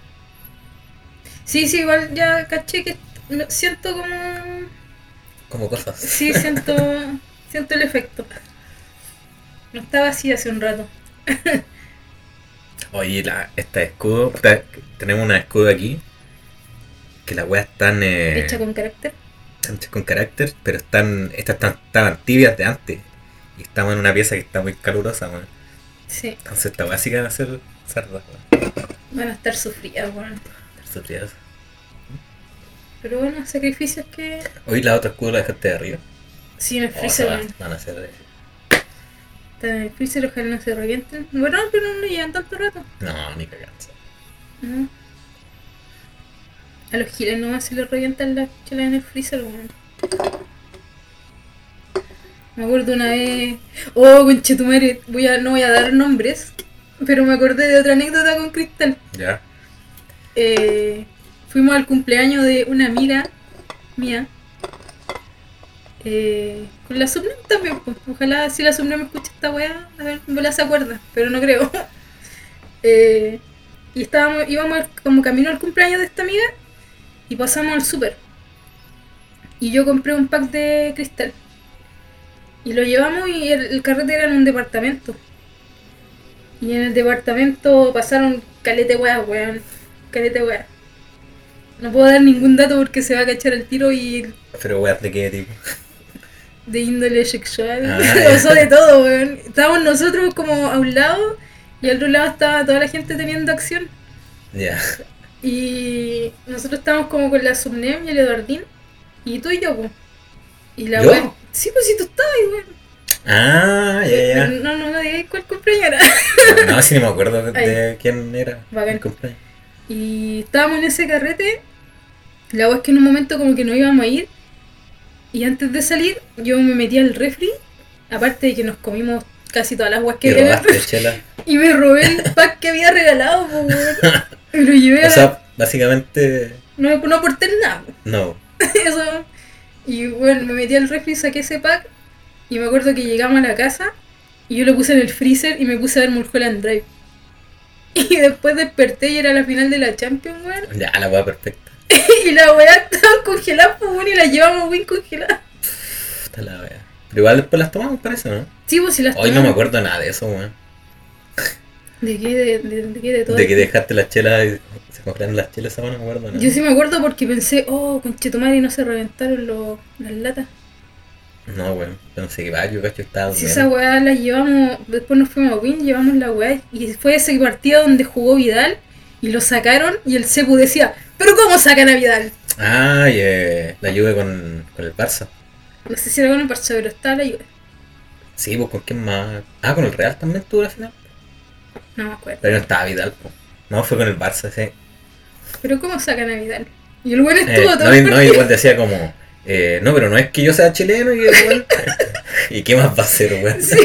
Speaker 2: Sí, sí, igual ya caché que lo- siento como...
Speaker 1: Como cosas.
Speaker 2: Sí, siento, siento el efecto. No estaba así hace un rato.
Speaker 1: Oye, la, esta de escudo. puta, tenemos una de escudo aquí. Que las weas están. Eh,
Speaker 2: Hecha con carácter.
Speaker 1: están hechas con carácter, pero están. Estas están, estaban tibias de antes. Y estamos en una pieza que está muy calurosa, weón.
Speaker 2: Sí,
Speaker 1: Entonces esta wea sí que van a ser sardas, weón.
Speaker 2: van a estar sufridas, weón.
Speaker 1: Estar sufridas.
Speaker 2: Pero bueno, sacrificios que...
Speaker 1: Hoy la otra escudo la dejaste de arriba.
Speaker 2: Sí, en el
Speaker 1: Oh,
Speaker 2: freezer,
Speaker 1: se va-
Speaker 2: weón.
Speaker 1: van a ser de-
Speaker 2: Está en el freezer, ojalá no se revienten. Bueno, pero no llevan tanto rato.
Speaker 1: No, ni cagando.
Speaker 2: No. A los giles nomás se les revientan las chelas en el freezer, weón. Me acuerdo una vez. Oh, conchetumare, voy a, no voy a dar nombres, pero me acordé de otra anécdota con Cristal.
Speaker 1: Ya.
Speaker 2: Eh, fuimos al cumpleaños de una amiga mía. Eh, con la subnem también, pues. Ojalá si la subnem escucha esta weá, a ver, la se acuerda, pero no creo. Eh, y estábamos, íbamos al- como camino al cumpleaños de esta amiga y pasamos al súper. Y yo compré un pack de cristal. Y lo llevamos y el, el carrete era en un departamento. Y en el departamento pasaron calete weá, weón. Calete weá. No puedo dar ningún dato porque se va a cachar el tiro y
Speaker 1: Pero weas de qué tipo.
Speaker 2: de índole sexual.
Speaker 1: Ah, ya.
Speaker 2: Pasó de todo, weón. Estábamos nosotros como a un lado y al otro lado estaba toda la gente teniendo acción.
Speaker 1: Ya.
Speaker 2: Y nosotros estábamos como con la Subnem y el Eduardín. Y tú y yo, pues. Y la
Speaker 1: ¿Yo?
Speaker 2: wea- Sí, pues si tú estabas, weón.
Speaker 1: Ah, ya, ya.
Speaker 2: No, no, no digáis cuál cumpleaños era.
Speaker 1: No, si no me acuerdo de, de quién era.
Speaker 2: Bacán.
Speaker 1: el cumpleaños.
Speaker 2: Y estábamos en ese carrete. La wea es que en un momento como que no íbamos a ir. Y antes de salir, yo me metí al refri. Aparte de que nos comimos casi todas las weas que
Speaker 1: Y
Speaker 2: había en el
Speaker 1: robaste chela.
Speaker 2: refri, Y me robé el pack que había regalado, po, weón. Y lo llevé a
Speaker 1: O
Speaker 2: la-
Speaker 1: sea, básicamente,
Speaker 2: No, no aporté nada. po.
Speaker 1: no.
Speaker 2: Eso. Y bueno, me metí al refri, saqué ese pack. Y me acuerdo que llegamos a la casa. Y yo lo puse en el freezer y me puse a ver Mulholland Drive. Y después desperté y era la final de la Champions, weón.
Speaker 1: Ya, la wea perfecta.
Speaker 2: Y la weá estaba congelada, pues, weón, y la llevamos bien congelada.
Speaker 1: Puta la wea. Pero igual después las tomamos, parece, ¿no?
Speaker 2: Sí, pues si las
Speaker 1: Hoy no me
Speaker 2: tomamos.
Speaker 1: acuerdo nada de eso, weón.
Speaker 2: ¿De qué? ¿De, de, de qué? ¿De todo?
Speaker 1: De que dejaste las chelas y se congelaron las chelas, esa wea no me acuerdo nada.
Speaker 2: Yo sí me acuerdo porque pensé, oh, conchetumare, no se reventaron los- las latas.
Speaker 1: No, weón. Pensé que va, yo cacho estaba
Speaker 2: Si esa
Speaker 1: durmiendo.
Speaker 2: weá la llevamos, después nos fuimos a Win, llevamos la weá y fue ese partido donde jugó Vidal y lo sacaron y el Cepu decía, pero ¿cómo sacan a Vidal?
Speaker 1: Ah, y eh, la lluvia con, con el Barça.
Speaker 2: No sé si era con el parche, pero estaba la Juve.
Speaker 1: Sí, pues con quién más. Ah, con el Real también tuvo la final.
Speaker 2: No me acuerdo.
Speaker 1: Pero no estaba Vidal, pues. No, fue con el Barça, sí.
Speaker 2: Pero ¿cómo sacan a Vidal? Y el weón
Speaker 1: Eh,
Speaker 2: estuvo todo
Speaker 1: no, y-
Speaker 2: el
Speaker 1: no,
Speaker 2: partido.
Speaker 1: igual decía como, eh, no, pero no es que yo sea chileno y igual. ¿Y qué más va a ser, weón?
Speaker 2: Sí.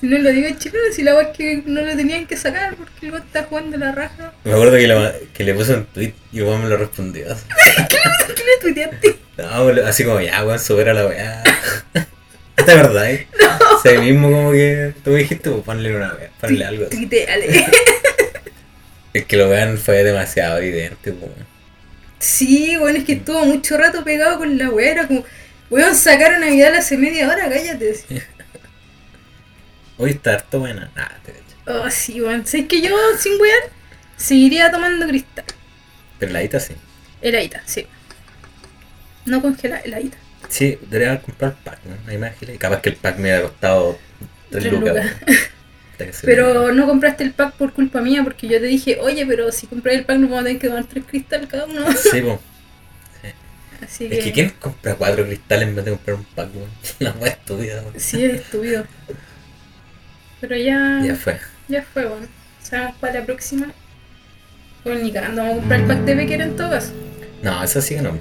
Speaker 2: Si no lo digo en chileno, si la weá es que no lo tenían que sacar porque el weón está jugando la raja.
Speaker 1: Me acuerdo que le, que le puso un tweet y el weón me lo respondió. así.
Speaker 2: ¿Qué le tuiteaste?
Speaker 1: No, boludo, así como, ya, weón, supera la weá. ¿Te acordás? eh? O sea, ahí mismo como que tú me dijiste, pues, ponle una weá, ponle algo. así.
Speaker 2: Tuiteale.
Speaker 1: Es que lo weón fue demasiado evidente, pues, weón.
Speaker 2: Sí, bueno, es que estuvo mucho rato pegado con la weá, era como, weón, sacaron a Vidal hace media hora, cállate.
Speaker 1: Hoy está harto buena. Ah, te cacho.
Speaker 2: Oh, sí, weón, sé que yo, sin weón, seguiría tomando cristal.
Speaker 1: Pero la hita sí.
Speaker 2: Heladita, sí. No congelada, heladita.
Speaker 1: Sí, debería comprar pack, ¿no? Hay más giles. Capaz que el pack me ha costado 3
Speaker 2: Tres
Speaker 1: lucas.
Speaker 2: lucas.
Speaker 1: weón. Hasta que se me-
Speaker 2: Pero no compraste el pack por culpa mía, porque yo te dije, oye, pero si compras el pack no vamos a tener que tomar tres cristal cada uno.
Speaker 1: Sí, po.
Speaker 2: Así
Speaker 1: Es que
Speaker 2: que,
Speaker 1: ¿quién compra cuatro cristales en vez de comprar un pack, weón? La wea estúpida, weón.
Speaker 2: sí, es estúpido. Pero ya...
Speaker 1: Ya fue.
Speaker 2: Ya fue, bueno. Sabemos para la próxima. Bueno, ni cagando, vamos a comprar el pack de Becker en todo caso.
Speaker 1: No, eso sí que no.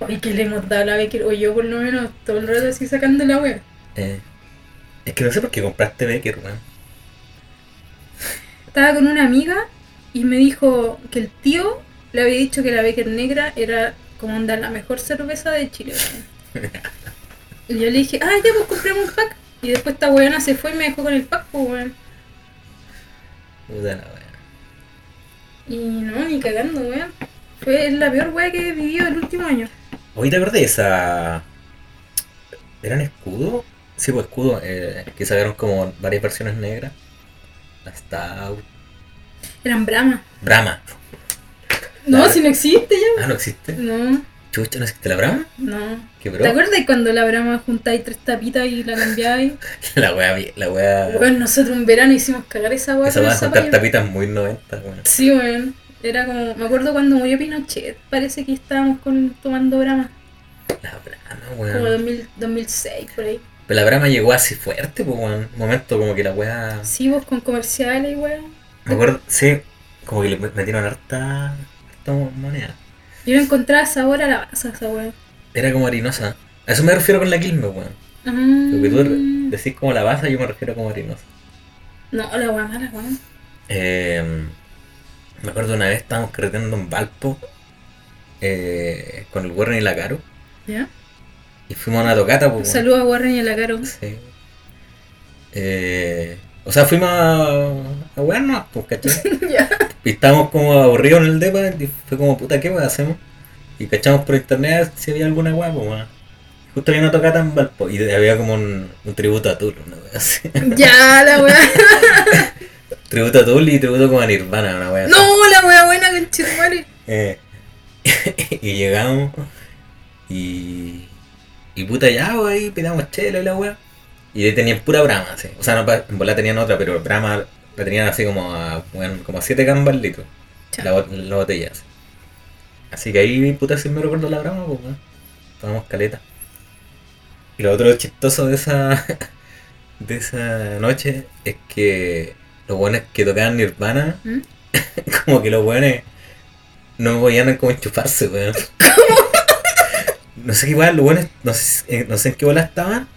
Speaker 2: Oye, que le hemos dado a la Becker, o yo por lo menos todo el rato así sacando la wea.
Speaker 1: Eh, es que no sé por qué compraste Becker, weón.
Speaker 2: Estaba con una amiga y me dijo que el tío le había dicho que la Becker negra era como onda la mejor cerveza de Chile. weón. Y yo le dije, ah, ya pues compramos un pack. Y después esta weona se fue y me dejó con el pack, pues weón.
Speaker 1: Puta la wea.
Speaker 2: Y no, ni cagando, weón. Fue la peor wea que he vivido el último año.
Speaker 1: Hoy te acordás de esa. ¿Eran escudo? Sí, pues escudo. eh, que sacaron como varias versiones negras. Hasta.
Speaker 2: Eran Brahma.
Speaker 1: Brahma.
Speaker 2: No,
Speaker 1: Claro.
Speaker 2: si no existe ya.
Speaker 1: Ah, no existe.
Speaker 2: No,
Speaker 1: Chucha, no existe la Brahma.
Speaker 2: no.
Speaker 1: Qué bro.
Speaker 2: ¿Te acuerdas cuando la brama juntáis tres tapitas y la cambiáis?
Speaker 1: La wea, vi- la wea.
Speaker 2: Bueno, nosotros un verano hicimos cagar esa guapa
Speaker 1: Ah, Esa va a juntar tapitas muy 90, weón.
Speaker 2: Sí, weón. Era como, me acuerdo cuando murió Pinochet, parece que estábamos con, tomando brama,
Speaker 1: La Brahma,
Speaker 2: como
Speaker 1: weón.
Speaker 2: 2000, 2006, por ahí.
Speaker 1: Pero la Brahma llegó así fuerte, pues, weón. Un momento como que la wea.
Speaker 2: Sí, vos con comerciales, weón.
Speaker 1: Me acuerdo, sí, como que le metieron harta, harta moneda.
Speaker 2: Yo me encontraba sabor a la baza, esa weón.
Speaker 1: Era como harinosa. A eso me refiero con la quilme, weón.
Speaker 2: Ah.
Speaker 1: Lo que tú decís como la basa, yo me refiero como harinosa.
Speaker 2: Mm. No, la weón mala, weón.
Speaker 1: Eh, me acuerdo una vez estábamos carreteando en Valpo eh, con el Warren y la Caro.
Speaker 2: ¿Ya?
Speaker 1: Y fuimos a una tocata, pues. Oh, weón.
Speaker 2: Saludos a Warren y a la Caro.
Speaker 1: Sí. Eh, o sea, fuimos a, a wearnos, pues, ¿cachai?
Speaker 2: Ya.
Speaker 1: Y estábamos como aburridos en el depa y fue como, puta, ¿qué weá hacemos? Y cachamos por internet si había alguna weá, pues weón. Justo había una tocata en Valpo y había como un, un tributo a Tool, una weá así.
Speaker 2: Ya, la weón.
Speaker 1: tributo a Tool y tributo como a Nirvana, una weá así.
Speaker 2: No, la weón buena, conchetumare.
Speaker 1: Eh, y llegamos y. Y puta ya, wey, pidamos chela y la weá. Y ahí tenían pura brama, así. O sea, no, pa- en bola tenían otra, pero brama la tenían así como a, weón, como a 7 gambas litro.
Speaker 2: Chao.
Speaker 1: La, bot- la botella así. Así que ahí, puta, si me recuerdo la brama, pues weón. Tomamos caleta. Y lo otro chistoso de esa. de esa noche es que los weones que tocaban Nirvana,
Speaker 2: ¿Mm?
Speaker 1: como que los weones no podían como enchufarse, weón. No sé qué igual, los buenos, no sé, eh, no sé en qué bola estaban,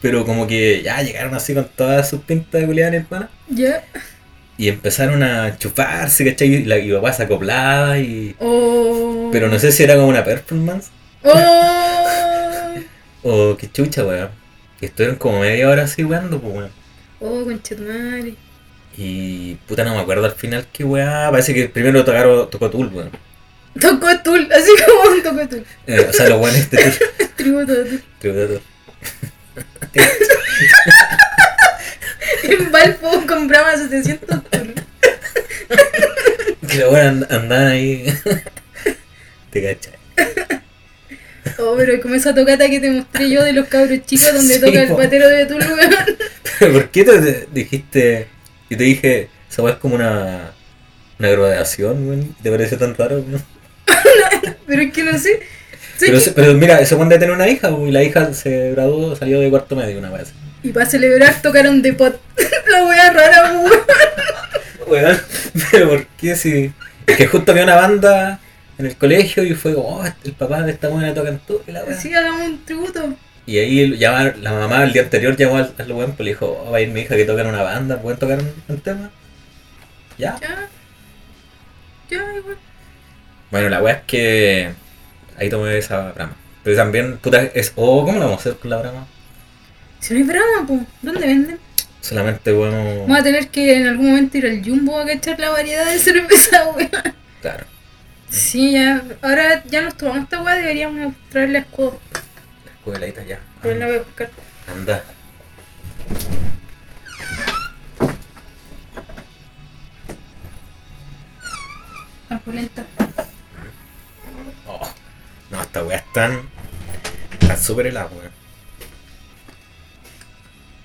Speaker 1: pero como que ya llegaron así con todas sus pintas de culiada Nirvana
Speaker 2: ¿Ya?
Speaker 1: y empezaron a chuparse, ¿cachai? Y la y papá se acoplaba y.
Speaker 2: Oh.
Speaker 1: Pero no sé si era como una performance
Speaker 2: Oh.
Speaker 1: o qué chucha, weón. Y estuvieron como media hora así weando, pues weón.
Speaker 2: Oh, conchetumare.
Speaker 1: Y puta, no me acuerdo al final qué weá. Parece que primero tocaron, tocó Tool, weón.
Speaker 2: Tocó Tul, así como un tocó Tul.
Speaker 1: Eh, o sea, los weones de Tool.
Speaker 2: Tributo de Tul.
Speaker 1: Tributo a Tool.
Speaker 2: En Valpo compraba 700 Tul.
Speaker 1: Que los weones and- andaban ahí. Te cachai.
Speaker 2: Oh, pero como esa tocata que te mostré yo de los cabros chicos donde
Speaker 1: Sí,
Speaker 2: toca el
Speaker 1: po.
Speaker 2: patero de Tul, weón.
Speaker 1: ¿Por qué te dijiste? Yo te dije, esa weá es como una, una graduación, weón. ¿Te pareció tan raro, weón?
Speaker 2: Pero es que no sé. Sé
Speaker 1: Pero,
Speaker 2: que-
Speaker 1: se- pero mira, ese weón debe tener una hija, weón, y la hija se graduó, salió de cuarto medio una vez.
Speaker 2: Y para celebrar tocaron de pot. La wea rara, weón.
Speaker 1: Weón, pero ¿por qué si.? Es que justo había una banda en el colegio y fue, oh, el papá de esta buena toca en todo y la weá.
Speaker 2: Sí, hagamos un tributo.
Speaker 1: Y ahí llama- la mamá el día anterior llamó al, al weón, pues le dijo, oh, va a ir mi hija que toca en una banda, ¿pueden tocar un, un tema? Ya.
Speaker 2: Ya. Ya, igual.
Speaker 1: Bueno, la weá es que ahí tomé esa brama. Pero también, puta, es. Oh, ¿cómo la vamos a hacer con la brama?
Speaker 2: Si no hay brama, po. ¿Dónde venden?
Speaker 1: Solamente podemos.
Speaker 2: Vamos a tener que en algún momento ir al Jumbo a cachar la variedad de cerveza, weón.
Speaker 1: Claro.
Speaker 2: Sí, ya. Ahora ya nos tomamos esta weá, deberíamos traerle a escudo.
Speaker 1: La escueladita ya.
Speaker 2: Pero la voy a buscar.
Speaker 1: Anda.
Speaker 2: Ampulenta.
Speaker 1: Oh. No, estas weas están. Están súper heladas, weón.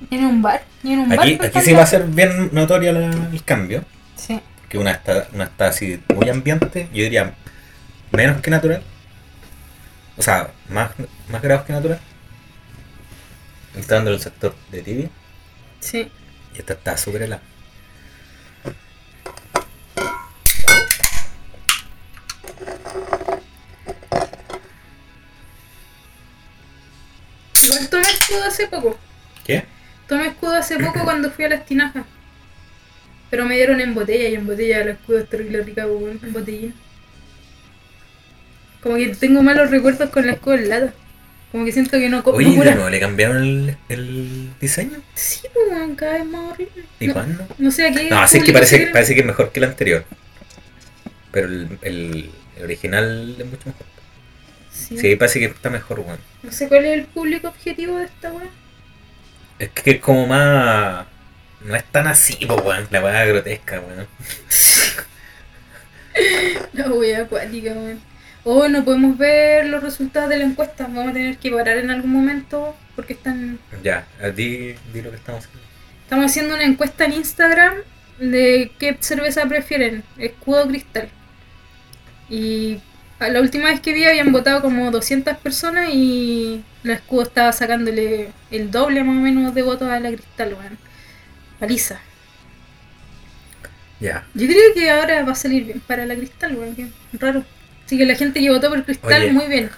Speaker 2: Ni en un bar. Ni en un bar.
Speaker 1: Aquí,
Speaker 2: por
Speaker 1: aquí sí
Speaker 2: favor.
Speaker 1: va a ser bien notorio la- el cambio.
Speaker 2: Sí.
Speaker 1: Que una está, una está así muy ambiente, yo diría menos que natural. O sea, más, más grados que natural. Está dando el sector de tibia
Speaker 2: Sí.
Speaker 1: y esta está súper helada.
Speaker 2: Igual tomé escudo hace poco.
Speaker 1: ¿Qué?
Speaker 2: Tomé escudo hace poco cuando fui a las tinajas. Pero me dieron en botella y en botella el escudo es terrible rica, weón, en botellín. Como que tengo malos recuerdos con la escudo en lata. Como que siento que no co-
Speaker 1: Oye,
Speaker 2: no
Speaker 1: de
Speaker 2: cura.
Speaker 1: nuevo, ¿le cambiaron el, el diseño?
Speaker 2: Sí, pues, weón, cada vez más horrible.
Speaker 1: ¿Y
Speaker 2: no, Eh,
Speaker 1: cuándo?
Speaker 2: no sé a qué.
Speaker 1: No, así es que
Speaker 2: público se
Speaker 1: parece,
Speaker 2: cree.
Speaker 1: parece que es mejor que el anterior. Pero el, el- el original es mucho mejor.
Speaker 2: Sí.
Speaker 1: Sí, parece que está mejor, weón.
Speaker 2: No sé cuál es el público objetivo de esta weá.
Speaker 1: Es que es como más. No es tan así, po, weón. La weá grotesca, weón.
Speaker 2: La weá acuática, weón. Oh, no podemos ver los resultados de la encuesta. Vamos a tener que parar en algún momento porque están
Speaker 1: Ya, a ti, di lo que estamos haciendo.
Speaker 2: Estamos haciendo una encuesta en Instagram de qué cerveza prefieren, escudo o cristal. Y a la última vez que vi habían votado como 200 personas y la escudo estaba sacándole el doble más o menos de votos a la cristal, weón. Paliza.
Speaker 1: Ya.
Speaker 2: Yo creo que ahora va a salir bien para la cristal, weón. que Raro. Así que la gente que votó por cristal,
Speaker 1: Oye.
Speaker 2: muy bien.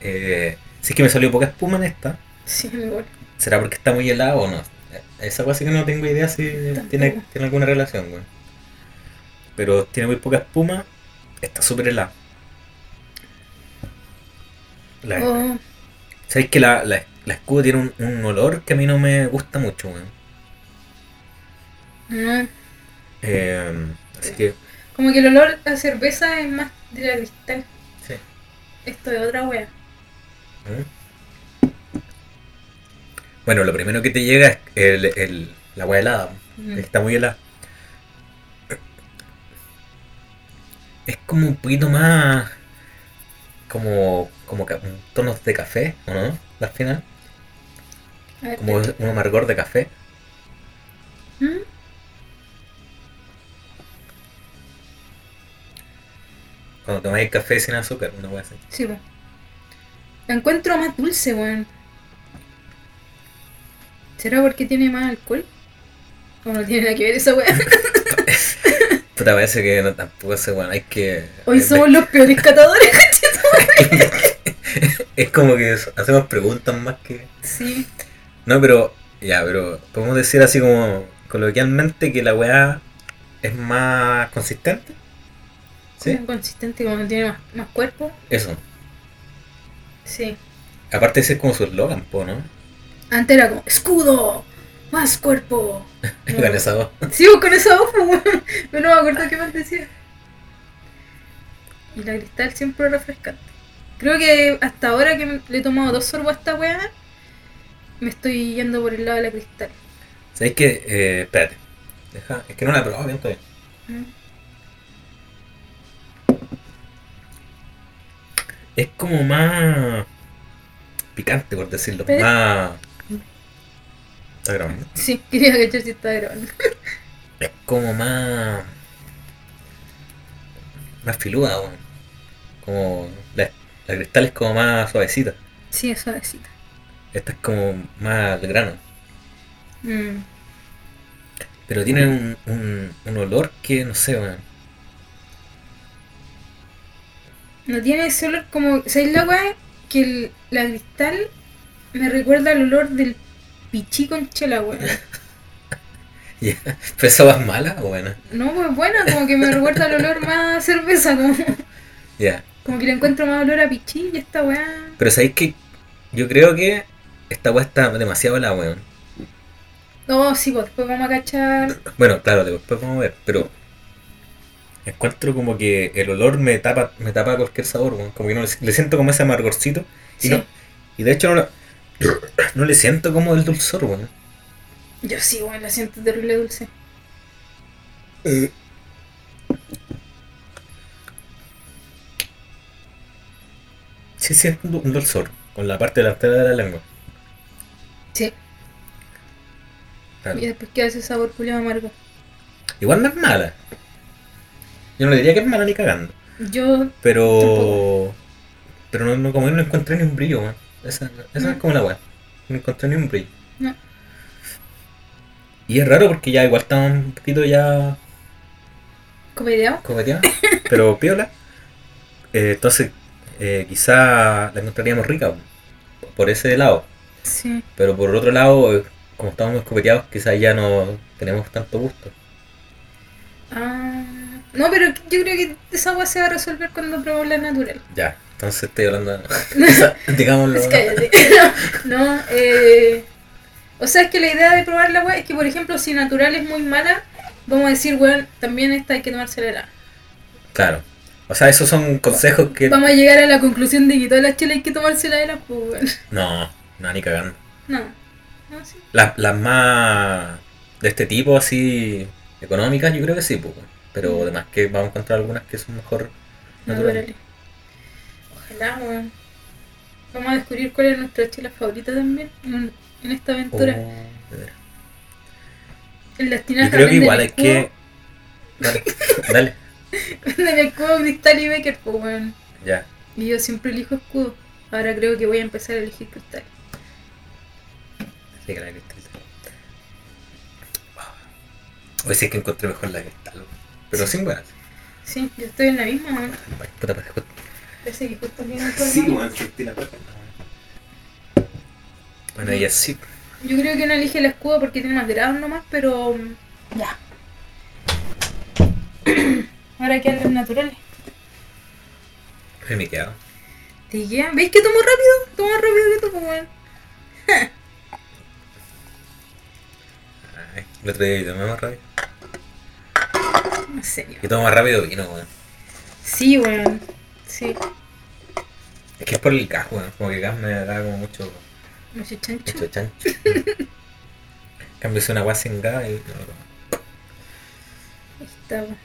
Speaker 1: Eh, si es que me salió poca espuma en esta,
Speaker 2: Sí, igual.
Speaker 1: ¿será porque está muy helado o no? Esa cosa que no tengo idea si tiene, tiene alguna relación, weón. Pero tiene muy poca espuma, está súper helado. La-
Speaker 2: Oh,
Speaker 1: ¿Sabéis que la, la, la escudo tiene un, un olor que a mí no me gusta mucho, weón?
Speaker 2: no.
Speaker 1: Eh, así que,
Speaker 2: ah. Como que el olor a cerveza es más de la cristal.
Speaker 1: sí.
Speaker 2: Esto de otra wea.
Speaker 1: ¿Mm? Bueno, lo primero que te llega es el, el- la agua helada.
Speaker 2: Mm.
Speaker 1: Está muy helada. Es como un poquito más. como, como ca- tonos de café, ¿o no? La final,
Speaker 2: A ver,
Speaker 1: como
Speaker 2: espérate.
Speaker 1: un amargor de café.
Speaker 2: ¿Mm?
Speaker 1: Cuando tomáis café sin azúcar, una wea así.
Speaker 2: Sí, po. La encuentro más dulce, weón. ¿Será porque tiene más alcohol? ¿O no tiene nada que ver esa weá?
Speaker 1: Puta, parece que no, tampoco se bueno, hay que...
Speaker 2: Hoy
Speaker 1: es-
Speaker 2: somos los peores catadores.
Speaker 1: Es como que hacemos preguntas más que...
Speaker 2: Sí,
Speaker 1: No, pero, ya, pero podemos decir así como coloquialmente que la weá es más consistente.
Speaker 2: ¿Sí?
Speaker 1: ¿Sí?
Speaker 2: consistente como tiene más, más cuerpo.
Speaker 1: Eso.
Speaker 2: Sí.
Speaker 1: Aparte ese es como su eslogan, po, ¿no?
Speaker 2: Antes era como, escudo, más cuerpo. No.
Speaker 1: Con esa voz.
Speaker 2: Sí, vos con esa voz, weón. Yo no me acuerdo qué más decía. Y la cristal siempre refrescante. Creo que hasta ahora que me- le he tomado dos sorbos a esta weá, me estoy yendo por el lado de la cristal.
Speaker 1: ¿Sabéis que... Eh, espérate. Deja, es que no la he probado bien todavía.
Speaker 2: Mm.
Speaker 1: Es como más... Picante, por decirlo.
Speaker 2: Pero-
Speaker 1: Más... Está grabando.
Speaker 2: Sí, quería cachar si estaba grabando.
Speaker 1: Es como más. más filuda, weón. Como. La, la cristal es como más suavecita.
Speaker 2: Sí, es suavecita.
Speaker 1: Esta es como más al grano.
Speaker 2: Mm.
Speaker 1: Pero tiene un, un, un olor que no sé, weón.
Speaker 2: No tiene ese olor como. ¿Sabéis la weá? Que el- la cristal me recuerda al olor del pichí con chela, weón.
Speaker 1: Ya, ¿Pero esa weá es mala o buena?
Speaker 2: No, pues buena, como que me recuerda al olor más a cerveza, como,
Speaker 1: Ya.
Speaker 2: como que le encuentro más olor a pichí y esta weá.
Speaker 1: Pero sabéis que. Yo creo que esta weá está demasiado la weón.
Speaker 2: No, sí, pues después vamos a cachar.
Speaker 1: Bueno, claro, después vamos a ver, pero. Encuentro como que el olor me tapa, me tapa cualquier sabor, weón. Como que no le, le siento como ese amargorcito. Y,
Speaker 2: Sí,
Speaker 1: no- y de hecho no, lo- no le siento como el dulzor, weón.
Speaker 2: yo sí, weón, la siento terrible dulce.
Speaker 1: Sí siento un du- un dulzor, con la parte delantera de la lengua.
Speaker 2: Sí,
Speaker 1: Claro.
Speaker 2: y después queda ese sabor culiado amargo.
Speaker 1: Igual no es mala. Yo no diría que es mala ni cagando.
Speaker 2: Yo,
Speaker 1: Pero.
Speaker 2: Tampoco.
Speaker 1: Pero no, no- como yo no encontré ni un brillo, weón. Esa, esa
Speaker 2: No.
Speaker 1: es como la weá. No encontré ni un brillo.
Speaker 2: No.
Speaker 1: Y es raro porque ya igual estamos un poquito ya
Speaker 2: copeteado,
Speaker 1: cometeados, pero piola. Eh, entonces, eh, quizá la encontraríamos rica weón, por ese lado.
Speaker 2: sí,
Speaker 1: Pero por otro lado, eh, como estábamos copeteados, quizás ya no tenemos tanto gusto.
Speaker 2: ah, no, pero yo creo que esa weá se va a resolver cuando probamos la natural.
Speaker 1: Ya, entonces estoy hablando. o sea, digámoslo.
Speaker 2: Pues cállate. no, eh, o sea, es que la idea de probar la weá es que, por ejemplo, si natural es muy mala, vamos a decir, weón, también esta hay que tomársela. helada.
Speaker 1: Claro. O sea, esos son consejos que.
Speaker 2: Vamos a llegar a la conclusión de que todas las chelas hay que tomársela de la pues, weón.
Speaker 1: No, no, ni cagando.
Speaker 2: No. No, sí.
Speaker 1: Las, las más de este tipo, así, económicas, yo creo que sí, pues. Pero además que vamos a encontrar algunas que son mejor naturales.
Speaker 2: Naturales. Ojalá, weón. Vamos a descubrir cuál es nuestra chela favorita también en, en esta
Speaker 1: Oh,
Speaker 2: aventura.
Speaker 1: de veras.
Speaker 2: En las tinas
Speaker 1: yo creo que igual hay que. Dale, dale.
Speaker 2: Venden escudo cristal y Becker, pues, weón.
Speaker 1: Ya.
Speaker 2: Y yo siempre elijo escudo. Ahora creo que voy a empezar a elegir cristal.
Speaker 1: Sí, que la cristal. Hoy sí que encontré mejor la cristal. Pero sin buenas.
Speaker 2: Sí, yo estoy en la misma, weón.
Speaker 1: Puta, pues, parece-
Speaker 2: Parece que justo viene el
Speaker 1: Sí,
Speaker 2: programa.
Speaker 1: weón, sentí la pata. Bueno, y así.
Speaker 2: Yo creo que no elige el escudo porque tiene más grados nomás, pero. mm, Ya. Ahora quedan los naturales.
Speaker 1: Ay, me quedo.
Speaker 2: ¿Te quedan? ¿Veis que tomo rápido? Tomo más rápido que tomo, weón.
Speaker 1: Ay, el otro día yo tomé más rápido.
Speaker 2: No sé, yo.
Speaker 1: Yo tomo más rápido vino, weón.
Speaker 2: Sí, weón. Sí.
Speaker 1: Es que es por el gas, weón. Como que el gas me da como mucho,
Speaker 2: Mucho chancho.
Speaker 1: mucho chancho. En Cambio si una agua sin gas y no lo tomo.
Speaker 2: Ahí está, weón.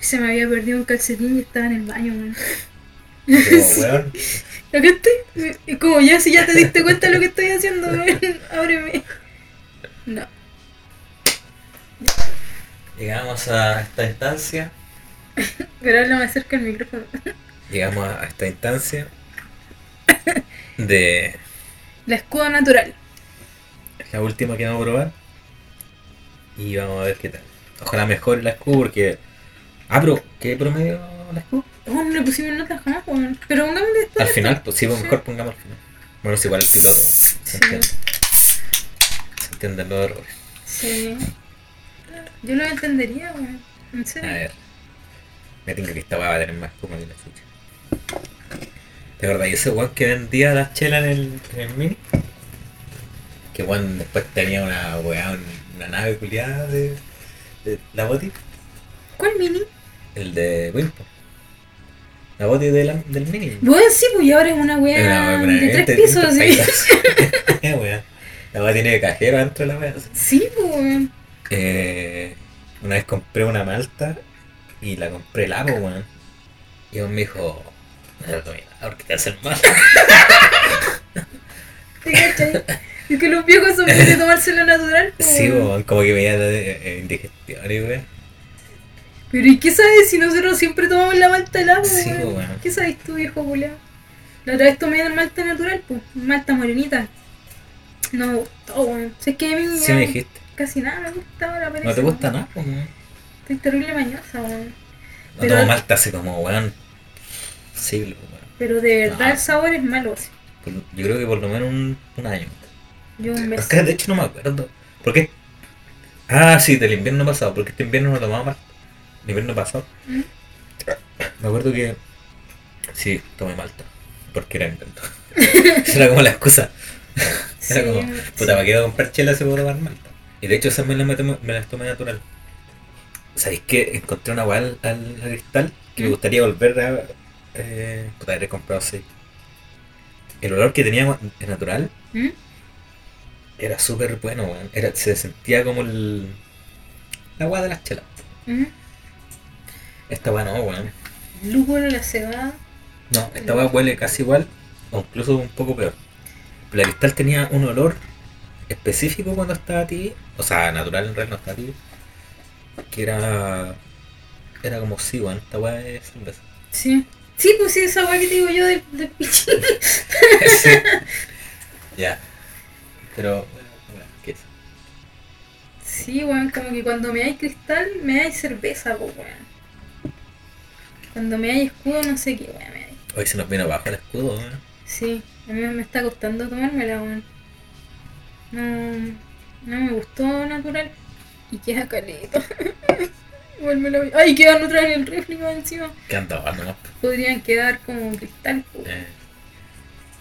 Speaker 2: Se me había perdido un calcetín y estaba en el baño, weón.
Speaker 1: Como,
Speaker 2: Sí.
Speaker 1: weón,
Speaker 2: Acá estoy. Es como ya, si ya te diste cuenta de lo que estoy haciendo, weón, ábreme. No.
Speaker 1: Llegamos a esta instancia.
Speaker 2: Pero habla más cerca el micrófono.
Speaker 1: Llegamos a esta instancia de
Speaker 2: La escudo natural.
Speaker 1: es la última que vamos a probar. Y vamos a ver qué tal. Ojalá mejore la SKU porque. Ah, pero ¿qué promedio la SKU?
Speaker 2: Oh, no le pusimos notas jamás, weón. Pero pongámosle después.
Speaker 1: Al
Speaker 2: de
Speaker 1: final,
Speaker 2: esto.
Speaker 1: pues sí, pues,
Speaker 2: Sí.
Speaker 1: mejor pongamos al final. Bueno, es igual al final, pues, se
Speaker 2: Sí.
Speaker 1: entiende. Se entienden los errores.
Speaker 2: Sí. Yo lo entendería, weón. En
Speaker 1: A
Speaker 2: serio.
Speaker 1: ver. Me tengo que esta weá va a tener más como que la chucha. De verdad, y ese weón que vendía las chelas en el, en el mini. Que weón después tenía una weá, una nave culiada de, de la boti.
Speaker 2: ¿Cuál mini?
Speaker 1: El de Wimpo. La boti de la- del mini.
Speaker 2: Bueno, sí, pues y ahora es una weá
Speaker 1: Era una-
Speaker 2: de
Speaker 1: era
Speaker 2: tres pisos,
Speaker 1: un-
Speaker 2: sí.
Speaker 1: Eh, weá. La weá tiene cajero adentro de la weá.
Speaker 2: Sí, pues, weón.
Speaker 1: Eh, una vez compré una malta y la compré la weón. Y un me dijo, no te lo comí nada porque te hacen mal.
Speaker 2: ¿Te cachai? Es que los viejos son bien de tomárselo natural, pues,
Speaker 1: Sí,
Speaker 2: weón.
Speaker 1: weón, como que me iba a dar eh, indigestión y weón.
Speaker 2: Pero ¿y qué sabes si nosotros siempre tomamos la malta helada, po,
Speaker 1: Sí,
Speaker 2: weón?
Speaker 1: po, weón.
Speaker 2: ¿Qué sabes tú, viejo culiao? La otra vez tomé malta natural, pues, malta morenita. No me gustó, weón. Si es que a mí
Speaker 1: Sí
Speaker 2: ya
Speaker 1: me dijiste.
Speaker 2: casi nada me gustaba la pereza.
Speaker 1: No te gusta
Speaker 2: weón.
Speaker 1: nada, po, weón.
Speaker 2: Estoy terrible mañosa, weón.
Speaker 1: No
Speaker 2: Pero-
Speaker 1: tomo malta hace como, weón, siglo, weón.
Speaker 2: Pero de verdad
Speaker 1: Ah.
Speaker 2: el sabor es malo. así.
Speaker 1: Por- Yo creo que por lo menos un, un año.
Speaker 2: Yo un
Speaker 1: Es
Speaker 2: mes.
Speaker 1: que de hecho no me acuerdo. ¿Por qué? Ah, sí, del invierno pasado, porque este invierno no tomaba malta. El invierno pasado.
Speaker 2: ¿Mm?
Speaker 1: Me acuerdo que. Sí, tomé malta. Porque era invierno. Esa era como la excusa.
Speaker 2: Sí,
Speaker 1: Era como, puta, ¿para qué voy a comprar chela si puedo tomar malta? Y de hecho esas me las, me tomo- me las tomé natural. ¿Sabéis que encontré una weá al, al- al cristal que me
Speaker 2: ¿Mm?
Speaker 1: gustaría volver a... Eh, puta, haber comprado seis. El olor que tenía en natural
Speaker 2: ¿Mm?
Speaker 1: era súper bueno, weón. Era, se sentía como el... La weá de las chelas.
Speaker 2: ¿Mm?
Speaker 1: Esta weá no, weón.
Speaker 2: Lúpulo, la cebada.
Speaker 1: No, esta weá huele casi igual o incluso un poco peor. Pero la cristal tenía un olor específico cuando estaba tibia, o sea, natural en realidad no estaba tibia, que era. Era como si, weón, esta weá es cerveza.
Speaker 2: Sí. Sí, pues sí, esa weá que te digo yo del de pichín.
Speaker 1: Sí. Ya. Pero, bueno, ¿qué es?
Speaker 2: Sí, weón, como que cuando me hay cristal, me hay cerveza, pues, weón. Cuando me hay escudo, no sé qué, weón, me hay.
Speaker 1: Hoy se nos viene abajo el escudo, weón.
Speaker 2: Sí, a mí me está costando tomármela, weón. No, no me gustó natural. Y queda caleta. Igual me lo- Ay, queda natural en el refri, weón, encima.
Speaker 1: ¿Qué anda hablando, no?
Speaker 2: Podrían quedar como cristal, pues, weón.
Speaker 1: Eh,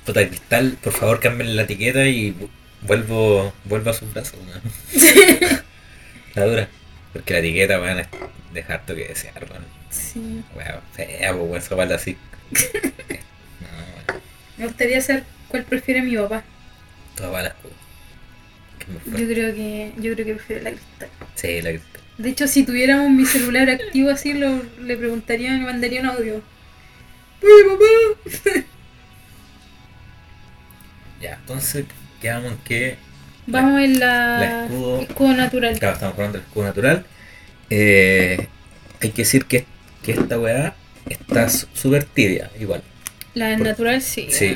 Speaker 1: Puta el cristal, por favor cambien la etiqueta y vu- vuelvo, vuelvo a sus brazos, weón. La dura. Porque la etiqueta, weón, es dejar tu que desear, weón.
Speaker 2: Sí.
Speaker 1: Weón, fea, pues, weón, esa bala así. No, weón,
Speaker 2: Me gustaría saber cuál prefiere mi papá.
Speaker 1: toda bala. weón. Que me fue.
Speaker 2: Yo creo que, yo creo que prefiere la cristal.
Speaker 1: Sí, la cristal.
Speaker 2: De hecho, si tuviéramos mi celular activo así, lo, le preguntaría, me mandaría un audio. ¡Uy, papá!
Speaker 1: Ya, entonces, quedamos en que.
Speaker 2: Vamos en la,
Speaker 1: La escudo.
Speaker 2: natural.
Speaker 1: Claro, estamos hablando del escudo natural. Eh, hay que decir que, que esta weá está su- súper tibia, igual.
Speaker 2: La del
Speaker 1: Por-
Speaker 2: natural sí.
Speaker 1: Sí.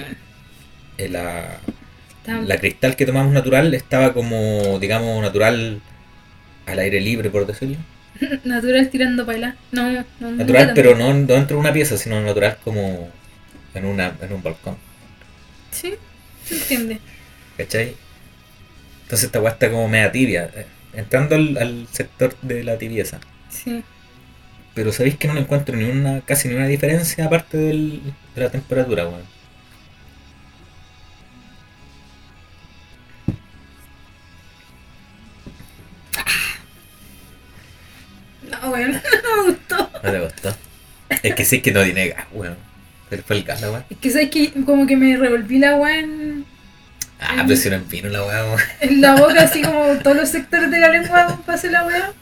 Speaker 1: Eh, la,
Speaker 2: Está-
Speaker 1: la cristal que tomamos natural estaba como, digamos, natural al aire libre, por decirlo.
Speaker 2: Natural tirando para No, no, no.
Speaker 1: Natural,
Speaker 2: tanto.
Speaker 1: pero no, no dentro de una pieza, sino natural como en, una, en un balcón.
Speaker 2: Sí, se entiende.
Speaker 1: ¿Cachai? Entonces esta weá está como media tibia, eh, entrando al, al sector de la tibieza.
Speaker 2: Sí.
Speaker 1: Pero sabéis que no le encuentro ni una, casi ni una diferencia aparte del, de la temperatura, weón.
Speaker 2: No, bueno, no me gustó.
Speaker 1: No te gustó. Es que sí que no tiene gas, weón. Se le fue el gas, la weá.
Speaker 2: Es que sabes que como que me revolví la agua en,
Speaker 1: Ah, pero si no en vino la weá, weón.
Speaker 2: en la boca, así como todos los sectores de la lengua pasé la weá.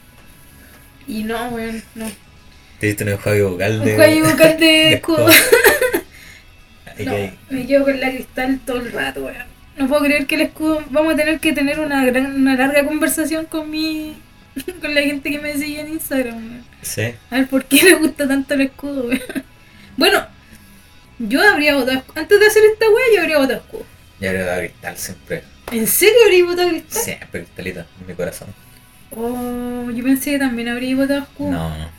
Speaker 2: Y no, weón, no.
Speaker 1: Te diste un enjuague vocal de.
Speaker 2: Un cuello vocal de
Speaker 1: de
Speaker 2: escudo.
Speaker 1: escoba.
Speaker 3: Y
Speaker 2: No,
Speaker 3: que-
Speaker 2: me quedo con la cristal todo el rato, weón. No puedo creer que el escudo. Vamos a tener que tener una gran, una larga conversación con mi. con la gente que me sigue en Instagram, weón.
Speaker 1: Sí.
Speaker 2: A ver, ¿por qué le gusta tanto el escudo, weón? Bueno, yo habría votado. Antes de hacer esta weá, yo habría votado escudo.
Speaker 1: Ya le he dado cristal siempre.
Speaker 2: ¿En serio habría votado cristal?
Speaker 1: Siempre cristalita en mi corazón.
Speaker 2: Oh, yo pensé que también habría votado escudo.
Speaker 1: No.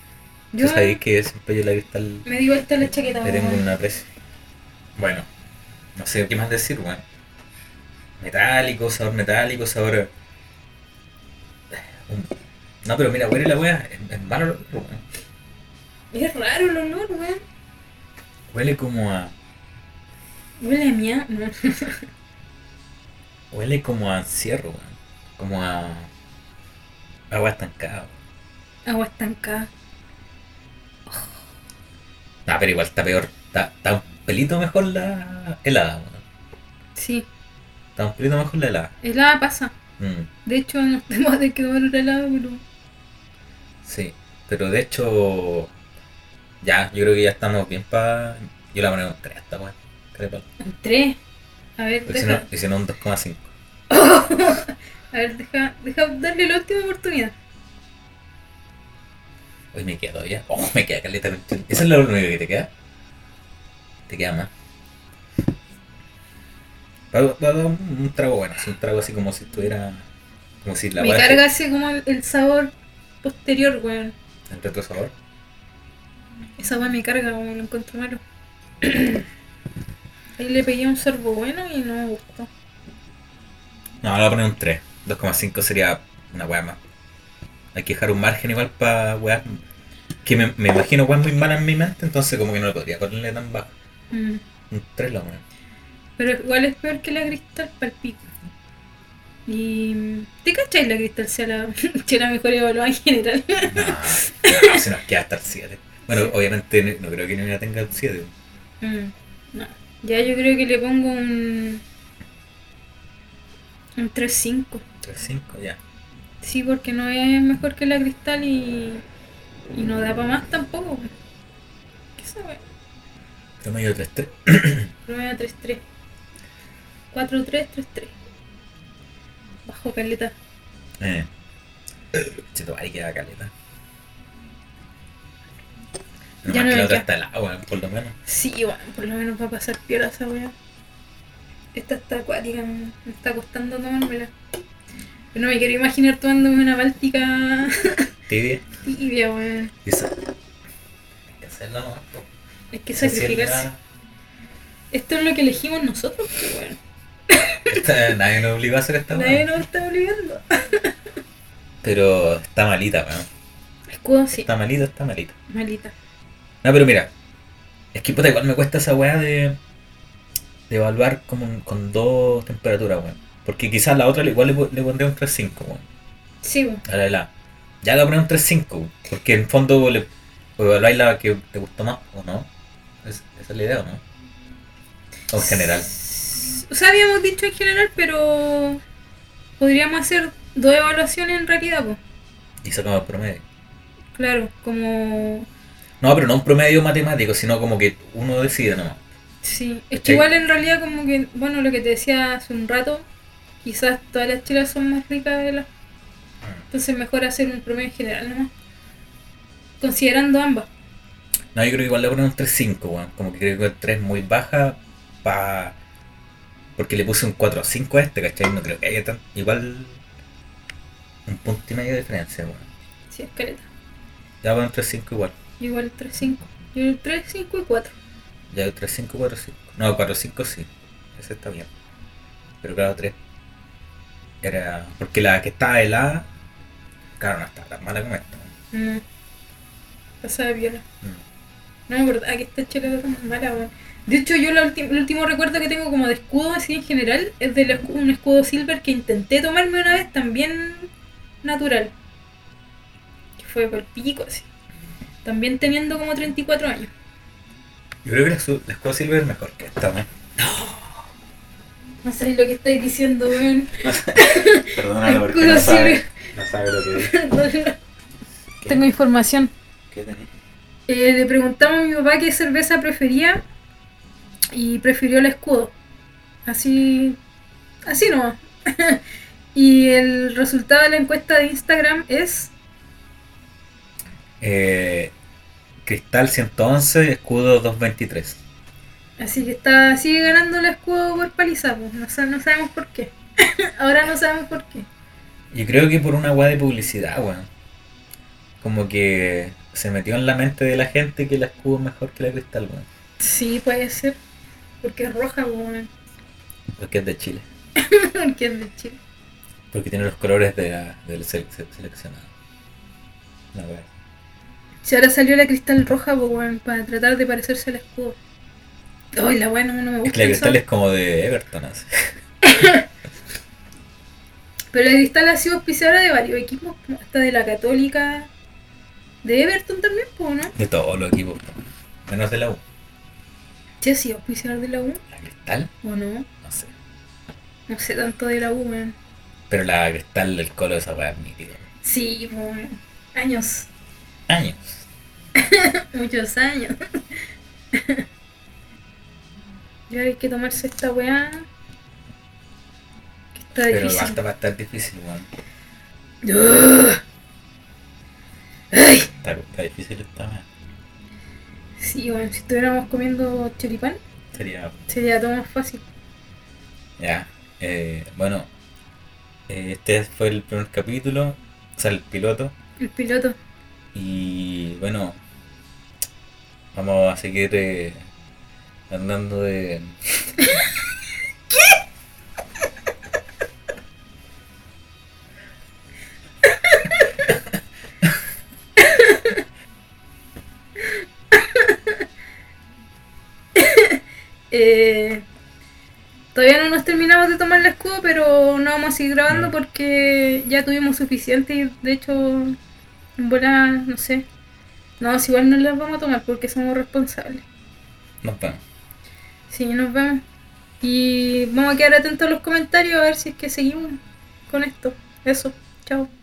Speaker 2: yo
Speaker 1: Tú sabes que siempre yo la cristal
Speaker 2: me di vuelta la chaqueta,
Speaker 1: le tengo
Speaker 2: weón.
Speaker 1: un aprecio. Bueno, no sé qué más decir, weón. Metálico, sabor metálico, sabor. eh, Un- No, pero mira, huele la wea. Es, es malo, el olor, weón.
Speaker 2: Es raro el olor, weón.
Speaker 1: Huele como a.
Speaker 2: Huele a mía. No.
Speaker 1: Huele como a encierro, weón. Como a. Agua estancada, weón.
Speaker 2: Agua
Speaker 1: No,
Speaker 2: estancada.
Speaker 1: Ah, pero igual está peor. Está, está un pelito mejor la helada, weón.
Speaker 2: Sí,
Speaker 1: Está un pelito mejor la helada.
Speaker 2: helada pasa.
Speaker 1: Mm,
Speaker 2: De hecho, nos tenemos de que tomar un helado, pero.
Speaker 1: sí. Pero de hecho. Ya, yo creo que ya estamos bien para. Yo la ponemos 3 esta, weón. Tres palos.
Speaker 2: Un 3. A ver,
Speaker 1: Y Pues si no,
Speaker 2: deja,
Speaker 1: y si no, un 2,5.
Speaker 2: a ver, deja, deja darle la última oportunidad.
Speaker 1: Hoy me queda todavía. Oh, me queda caleta. con chile. ¿Esa es la única que te queda? Te queda más. Va, va- va un un trago bueno, así, un trago así como si estuviera. Como si la
Speaker 2: Me
Speaker 1: hueá-
Speaker 2: carga así como el, el sabor posterior, weón.
Speaker 1: El retrosador.
Speaker 2: Esa weón me carga como lo encuentro malo. Ahí le pegué un sorbo bueno y no me gustó.
Speaker 1: No, le voy a poner un 3. 2,5 sería una weá más. Hay que dejar un margen igual para weá. Que me, me imagino weá muy mala en mi mente, entonces como que no le podría ponerle tan bajo.
Speaker 2: Mm.
Speaker 1: Un 3 la weá.
Speaker 2: Pero igual es peor que la cristal palpico. Y. mm, ¿Te cacháis la cristal sea la, sea la mejor evaluada en general?
Speaker 1: No, se nos queda hasta el 7. Bueno,
Speaker 2: Sí.
Speaker 1: obviamente no, no creo que Nina tenga el 7.
Speaker 2: Mm, no. Ya yo creo que le pongo un. Un 3-5.
Speaker 1: 3,5 ya.
Speaker 2: Sí, porque no es mejor que la cristal y. Y no da para más tampoco. pues. ¿Qué sabe?
Speaker 1: Yo me 3, 3.
Speaker 2: Promedio 3-3. 4-3-3-3. Bajo caleta.
Speaker 1: Eh. Chito, ahí queda caleta. No
Speaker 2: Ya
Speaker 1: más
Speaker 2: no
Speaker 1: que
Speaker 2: me
Speaker 1: la otra
Speaker 2: queda.
Speaker 1: está el agua, por lo menos.
Speaker 2: Sí, bueno, por lo menos va a pasar piola esa weá. Esta está acuática, me me está costando tomármela. Pero no me quiero imaginar tomándome una báltica
Speaker 1: Tibia.
Speaker 2: tibia, weón.
Speaker 1: Dice. Hay que hacerlo nomás. po.
Speaker 2: Hay que
Speaker 1: Así es
Speaker 2: sacrificarse.
Speaker 1: la-
Speaker 2: Esto es lo que elegimos nosotros, pues, weón.
Speaker 1: Esta- nadie nos obligó a hacer esta
Speaker 2: Nadie
Speaker 1: weá.
Speaker 2: nos está obligando.
Speaker 1: Pero está malita, weón.
Speaker 2: Escudo, sí,
Speaker 1: Está malita, está malita.
Speaker 2: malita.
Speaker 1: No, pero mira. Es que puta, igual me cuesta esa weá de. De evaluar como un- con dos temperaturas, weón. Porque quizás la otra igual le, po- le pondría un 3.5, weón.
Speaker 2: Sí, pues. weón.
Speaker 1: A la de la. Ya le voy a poner un 3.5, porque en fondo le o evaluáis la que te gustó más, ¿o no? Es- esa es la idea, ¿o no? O en general.
Speaker 2: O sea, habíamos dicho en general, pero podríamos hacer dos evaluaciones en realidad, pues.
Speaker 1: Y sacamos el promedio.
Speaker 2: Claro, como
Speaker 1: No, pero no un promedio matemático, sino como que uno decide nomás.
Speaker 2: Sí, es que
Speaker 1: ¿Cachai?
Speaker 2: igual en realidad como que, bueno, lo que te decía hace un rato, quizás todas las chelas son más ricas de las... Entonces mejor hacer un promedio general nomás. Considerando ambas.
Speaker 1: No, yo creo que igual le voy a poner un 3.5, weón. Como que creo que el 3 muy baja pa... Porque le puse un 4 o 5 a este, ¿cachai? No creo que haya tan... Igual... Un punto y medio de diferencia, weón.
Speaker 2: Sí, es caleta.
Speaker 1: Ya voy a poner un 3.5 igual.
Speaker 2: Yo Igual 3-5. Yo el 3, 5 y 4.
Speaker 1: Ya hay 3-5, 4-5. No, 4-5 sí. Ese está bien. Pero claro, 3. Era. Porque la que estaba helada. Claro, no estaba tan mala como esta.
Speaker 2: No. Pasada viola.
Speaker 1: Mm.
Speaker 2: No me acordaba que esta chela era tan mala, weón. De hecho, yo la ulti- el último recuerdo que tengo como de escudo así en general es de la escu- un escudo silver que intenté tomarme una vez también natural. Que fue por pico así. También teniendo como 34 años.
Speaker 1: Yo creo que la, su- la escudo silver es mejor que esta, ¿no?
Speaker 2: No sé lo que estáis diciendo, weón.
Speaker 3: Perdónalo porque
Speaker 2: Escudo
Speaker 3: no sabe,
Speaker 2: silver.
Speaker 3: no sabe lo que dice. ¿Qué?
Speaker 2: tengo información.
Speaker 3: ¿Qué tenés?
Speaker 2: Eh, le preguntamos a mi papá qué cerveza prefería y prefirió el escudo. Así, así nomás. y el resultado de la encuesta de Instagram es
Speaker 1: Eh, cristal 111, escudo 223.
Speaker 2: Así que está, sigue ganando el escudo por paliza, pues. No, sa- no sabemos por qué. Ahora no sabemos por qué.
Speaker 1: Yo creo que por una weá de publicidad, weón. Como que se metió en la mente de la gente que el escudo es mejor que la cristal, weón.
Speaker 2: Sí, puede ser. Porque es roja, pues, weón.
Speaker 1: Porque es de Chile.
Speaker 2: Porque es de Chile.
Speaker 1: Porque tiene los colores de la- del sele- se- seleccionado. La weá.
Speaker 2: Si ahora salió la cristal roja, pues, weón, para tratar de parecerse al escudo. Ay, la buena, no me gusta.
Speaker 1: Es que la
Speaker 2: eso.
Speaker 1: cristal es como de Everton, así.
Speaker 2: Pero la cristal ha sido auspiciadora de varios equipos, po, hasta de la Católica, de Everton también, pues, ¿no?
Speaker 1: De todos los equipos, po. menos de la U.
Speaker 2: Sí, ha sido auspiciadora de la U,
Speaker 1: La cristal,
Speaker 2: ¿o no?
Speaker 1: no sé.
Speaker 2: No sé tanto de la U, weón.
Speaker 1: Pero la cristal del colo de esa weá es mítica.
Speaker 2: Sí, pues, weón. Años.
Speaker 1: Años.
Speaker 2: Muchos años. Ya hay que tomarse esta weá. Que está
Speaker 1: Pero
Speaker 2: difícil.
Speaker 1: basta va a estar difícil, weón.
Speaker 2: ¡Ugh! ¡Ay!
Speaker 1: Está, está difícil esta weá.
Speaker 2: Sí, bueno, si estuviéramos comiendo choripán,
Speaker 1: Sería
Speaker 2: sería todo más fácil.
Speaker 1: Ya, eh, bueno, eh, este fue el primer capítulo, o sea, el piloto,
Speaker 2: El piloto.
Speaker 1: y bueno, vamos a seguir eh, andando de...
Speaker 2: Eh, todavía no nos terminamos de tomar el escudo, pero no vamos a seguir grabando
Speaker 1: Mm.
Speaker 2: porque ya tuvimos suficiente y de hecho, en bola, no sé. No, si igual no las vamos a tomar porque somos responsables.
Speaker 1: Nos vemos.
Speaker 2: Sí, nos vemos. Y vamos a quedar atentos a los comentarios a ver si es que seguimos con esto. Eso, chao.